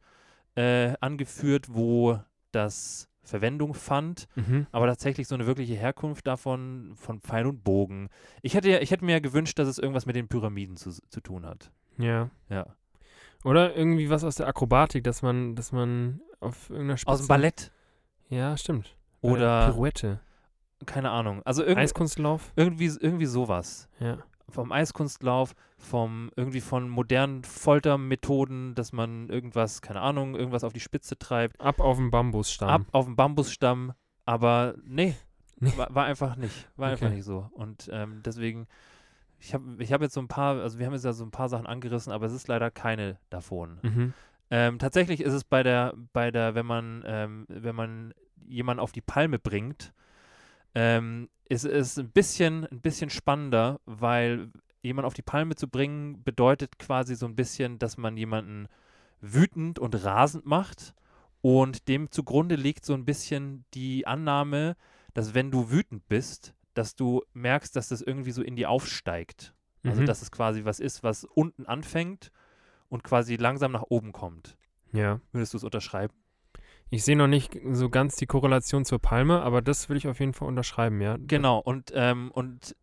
S2: äh, angeführt, wo das Verwendung fand,
S3: Mhm.
S2: aber tatsächlich so eine wirkliche Herkunft davon von Pfeil und Bogen. Ich hätte, ja, ich hätte mir ja gewünscht, dass es irgendwas mit den Pyramiden zu, zu tun hat.
S3: Ja.
S2: Ja.
S3: Oder irgendwie was aus der Akrobatik, dass man, dass man auf irgendeiner Spitze...
S2: Aus dem Ballett
S3: Ja, stimmt. Äh,
S2: oder
S3: Pirouette.
S2: keine Ahnung. Also irgend,
S3: Eiskunstlauf.
S2: irgendwie, irgendwie sowas.
S3: Ja.
S2: Vom Eiskunstlauf, vom irgendwie von modernen Foltermethoden, dass man irgendwas, keine Ahnung, irgendwas auf die Spitze treibt.
S3: Ab auf den Bambusstamm.
S2: ab auf dem Bambusstamm, aber nee,
S3: Nee.
S2: war, war einfach nicht, war einfach
S3: Okay.
S2: nicht so. Und ähm, deswegen, ich habe ich hab jetzt so ein paar, also wir haben jetzt ja so ein paar Sachen angerissen, aber es ist leider keine davon.
S3: Mhm.
S2: Ähm, tatsächlich ist es bei der, bei der, wenn man, ähm, wenn man jemanden auf die Palme bringt, ähm, ist es ein bisschen, ein bisschen spannender, weil jemanden auf die Palme zu bringen bedeutet quasi so ein bisschen, dass man jemanden wütend und rasend macht und dem zugrunde liegt so ein bisschen die Annahme, dass wenn du wütend bist, dass du merkst, dass das irgendwie so in dir aufsteigt. Also
S3: Mhm.
S2: dass es quasi was ist, was unten anfängt und quasi langsam nach oben kommt.
S3: Ja.
S2: Würdest du es unterschreiben?
S3: Ich sehe noch nicht so ganz die Korrelation zur Palme, aber das will ich auf jeden Fall unterschreiben, ja.
S2: Genau, und, ähm, und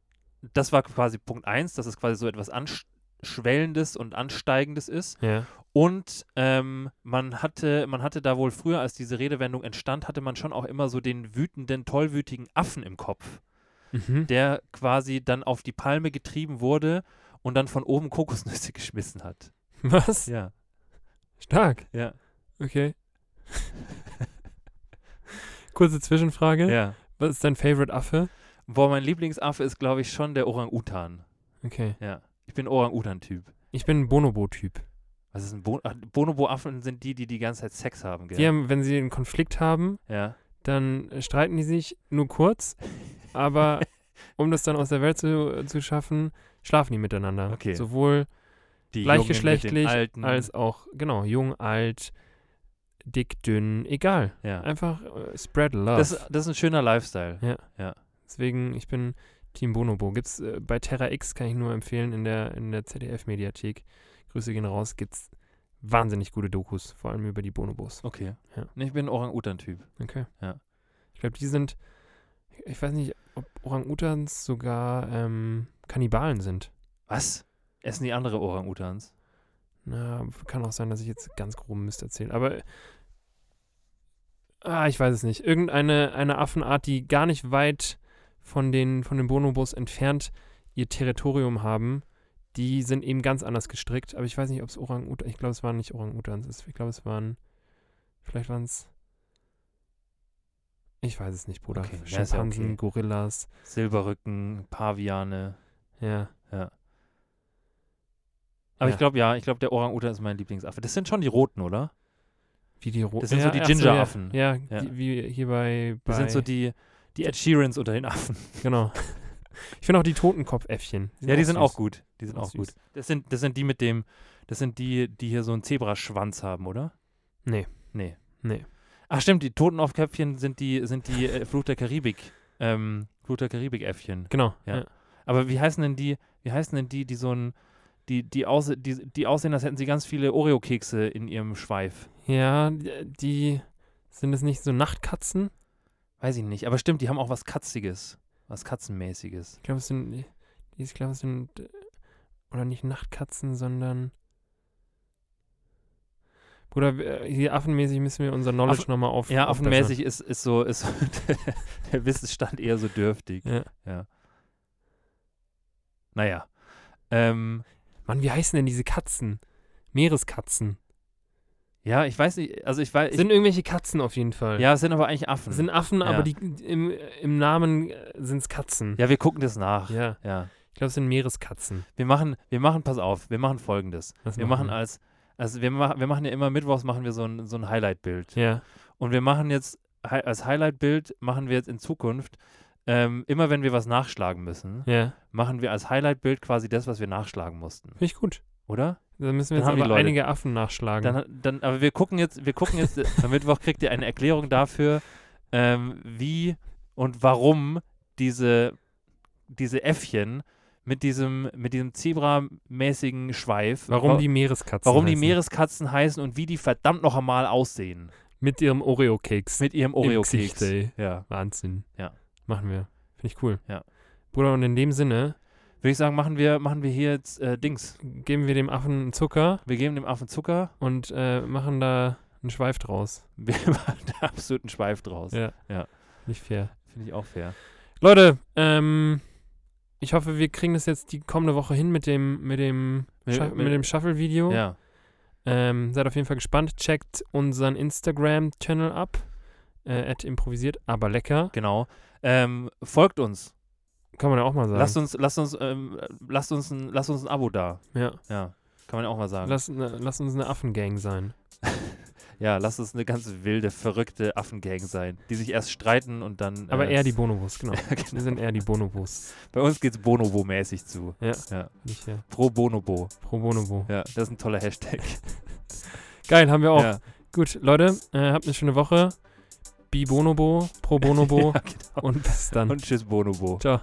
S2: das war quasi Punkt 1, dass es quasi so etwas Anschwellendes und Ansteigendes ist.
S3: Ja.
S2: Und ähm, man, hatte, man hatte da wohl früher, als diese Redewendung entstand, hatte man schon auch immer so den wütenden, tollwütigen Affen im Kopf,
S3: Mhm.
S2: der quasi dann auf die Palme getrieben wurde und dann von oben Kokosnüsse geschmissen hat.
S3: Was?
S2: Ja,
S3: Stark.
S2: ja,
S3: Okay. Kurze Zwischenfrage.
S2: ja.
S3: Was ist dein Favorite Affe?
S2: Boah, mein Lieblingsaffe ist, glaube ich, schon der Orang-Utan.
S3: Okay.
S2: Ja, ich bin Orang-Utan-Typ.
S3: Ich bin ein Bonobo-Typ.
S2: Was ist ein Bon Ach, Bonobo-Affen sind die, die die ganze Zeit Sex haben, gell?
S3: Die haben, wenn sie einen Konflikt haben,
S2: ja.
S3: dann äh, streiten die sich nur kurz, aber um das dann aus der Welt zu, zu schaffen, schlafen die miteinander.
S2: Okay. Mhm.
S3: Sowohl
S2: Die
S3: gleichgeschlechtlich
S2: Jungen mit den Alten.
S3: als auch, genau, jung, alt, dick, dünn, egal.
S2: ja.
S3: Einfach äh, spread love.
S2: Das, das ist ein schöner Lifestyle.
S3: Ja.
S2: Ja.
S3: Deswegen, ich bin Team Bonobo. Gibt's äh, bei Terra X kann ich nur empfehlen in der in der ZDF Mediathek. Grüße gehen raus. Gibt's wahnsinnig gute Dokus, vor allem über die Bonobos.
S2: Okay.
S3: Ja.
S2: Nee, Ich bin ein Orang-Utan-Typ.
S3: Okay.
S2: Ja.
S3: Ich glaube, die sind ich weiß nicht, ob Orang-Utans sogar ähm, Kannibalen sind.
S2: Was? Essen die andere Orang-Utans?
S3: Na, kann auch sein, dass ich jetzt ganz groben Mist erzähle. Aber äh, ah, ich weiß es nicht. Irgendeine eine Affenart, die gar nicht weit von den, von den Bonobos entfernt ihr Territorium haben, die sind eben ganz anders gestrickt. Aber ich weiß nicht, ob es Orang-Utan, ich glaube, es waren nicht Orang-Utans. Es- Ich glaube, es waren, vielleicht waren es, ich weiß es nicht, Bruder.
S2: Okay, ja, ist ja
S3: Schimpansen,
S2: okay.
S3: Gorillas,
S2: Silberrücken, Paviane.
S3: ja.
S2: Aber
S3: Ja.
S2: ich glaube, ja, ich glaube, der Orang-Utan ist mein Lieblingsaffe. Das sind schon die Roten, oder?
S3: Wie die Ro
S2: Das sind so die
S3: ach ja,
S2: Gingeraffen.
S3: Ja,
S2: Ja.
S3: Die, wie hier bei, bei
S2: Das sind so die, die Ed Sheerans unter den Affen.
S3: Genau. Ich finde auch die Totenkopfäffchen.
S2: Ja, die sind
S3: süß.
S2: auch gut. Die sind
S3: Auch
S2: auch gut.
S3: süß.
S2: Das sind, das sind die mit dem, das sind die, die hier so einen Zebraschwanz haben, oder?
S3: Nee.
S2: Nee.
S3: Nee.
S2: Ach stimmt, die Toten auf Köpfchen sind die, sind die äh, Flut der Karibik, ähm, Flut der Karibik-Äffchen.
S3: Genau.
S2: Ja. Aber wie heißen denn die, wie heißen denn die, die so ein, die, die, aus, die, die aussehen, als hätten sie ganz viele Oreo-Kekse in ihrem Schweif?
S3: Ja, die- die sind es nicht so Nachtkatzen?
S2: Weiß ich nicht, aber stimmt, die haben auch was Katziges, was Katzenmäßiges.
S3: Ich glaube, es sind die, ich glaube, es sind äh, oder nicht Nachtkatzen, sondern Bruder, wir- hier affenmäßig müssen wir unser Knowledge
S2: Affen-
S3: nochmal auf
S2: Ja,
S3: aufbessern.
S2: affenmäßig ist, ist so, ist der Wissensstand eher so dürftig.
S3: Ja.
S2: Naja. Ähm,
S3: Mann, wie heißen denn diese Katzen? Meereskatzen.
S2: ja, ich weiß nicht, also ich weiß, ich,
S3: sind irgendwelche Katzen auf jeden Fall.
S2: ja, es sind aber eigentlich Affen.
S3: Sind Affen,
S2: Ja.
S3: aber die im, im Namen sind es Katzen.
S2: ja, wir gucken das nach.
S3: ja.
S2: ja.
S3: Ich glaube, es sind Meereskatzen.
S2: Wir machen, wir machen, pass auf, wir machen folgendes.
S3: Was
S2: Wir machen als, also wir, ma wir machen ja immer mittwochs machen wir so ein, so ein Highlight-Bild.
S3: Ja.
S2: Und wir machen jetzt, hi- als Highlight-Bild machen wir jetzt in Zukunft, ähm, immer wenn wir was nachschlagen müssen,
S3: Ja,
S2: machen wir als Highlight-Bild quasi das, was wir nachschlagen mussten,
S3: finde ich gut.
S2: oder?
S3: Dann müssen wir
S2: Dann
S3: jetzt
S2: haben die
S3: aber
S2: Leute-
S3: einige Affen nachschlagen.
S2: Dann, dann, aber wir gucken jetzt, wir gucken jetzt, am Mittwoch kriegt ihr eine Erklärung dafür, ähm, wie und warum diese, diese Äffchen mit diesem, mit diesem Zebra-mäßigen Schweif.
S3: Warum
S2: wa-
S3: die Meereskatzen?
S2: warum die
S3: heißen.
S2: Meereskatzen heißen und wie die verdammt noch einmal aussehen.
S3: Mit ihrem Oreo-Keks.
S2: Mit ihrem
S3: Im
S2: Oreo-Keks.
S3: Gesicht, ey.
S2: Ja.
S3: Wahnsinn.
S2: Ja.
S3: Machen wir. Finde ich cool.
S2: Ja.
S3: Bruder, und in dem Sinne
S2: Würde ich sagen, machen wir, machen wir hier jetzt äh, Dings.
S3: geben wir dem Affen Zucker
S2: Wir geben dem Affen Zucker.
S3: und äh, machen da einen Schweif draus.
S2: Wir machen da absoluten Schweif draus.
S3: Ja.
S2: Ja.
S3: Nicht fair.
S2: Finde ich auch fair.
S3: Leute, ähm, ich hoffe, wir kriegen das jetzt die kommende Woche hin mit dem, mit dem,
S2: Mit-
S3: Scha-
S2: mit-
S3: mit dem Shuffle-Video.
S2: Ja.
S3: Ähm, seid auf jeden Fall gespannt. Checkt unseren Instagram-Channel ab. Äh, at improvisiert, aber lecker.
S2: Genau. Ähm, folgt uns.
S3: Kann man ja auch mal sagen.
S2: Lasst uns, lasst uns, ähm, lasst uns ein, lasst uns ein Abo da.
S3: ja.
S2: Ja. Kann man ja auch mal sagen.
S3: lass, ne, lass uns eine Affengang sein.
S2: ja, lasst uns eine ganz wilde, verrückte Affengang sein, die sich erst streiten und dann.
S3: Aber
S2: äh,
S3: eher die Bonobos, genau.
S2: genau.
S3: Wir sind eher die Bonobos.
S2: Bei uns geht's Bonobo-mäßig zu.
S3: Nicht, äh,
S2: Pro Bonobo.
S3: pro Bonobo.
S2: Ja, das ist ein toller Hashtag.
S3: Geil, haben wir auch.
S2: Ja,
S3: Gut, Leute, äh, habt eine schöne Woche. Bi Bonobo, pro Bonobo
S2: ja genau.
S3: und bis dann.
S2: Und tschüss Bonobo.
S3: Ciao.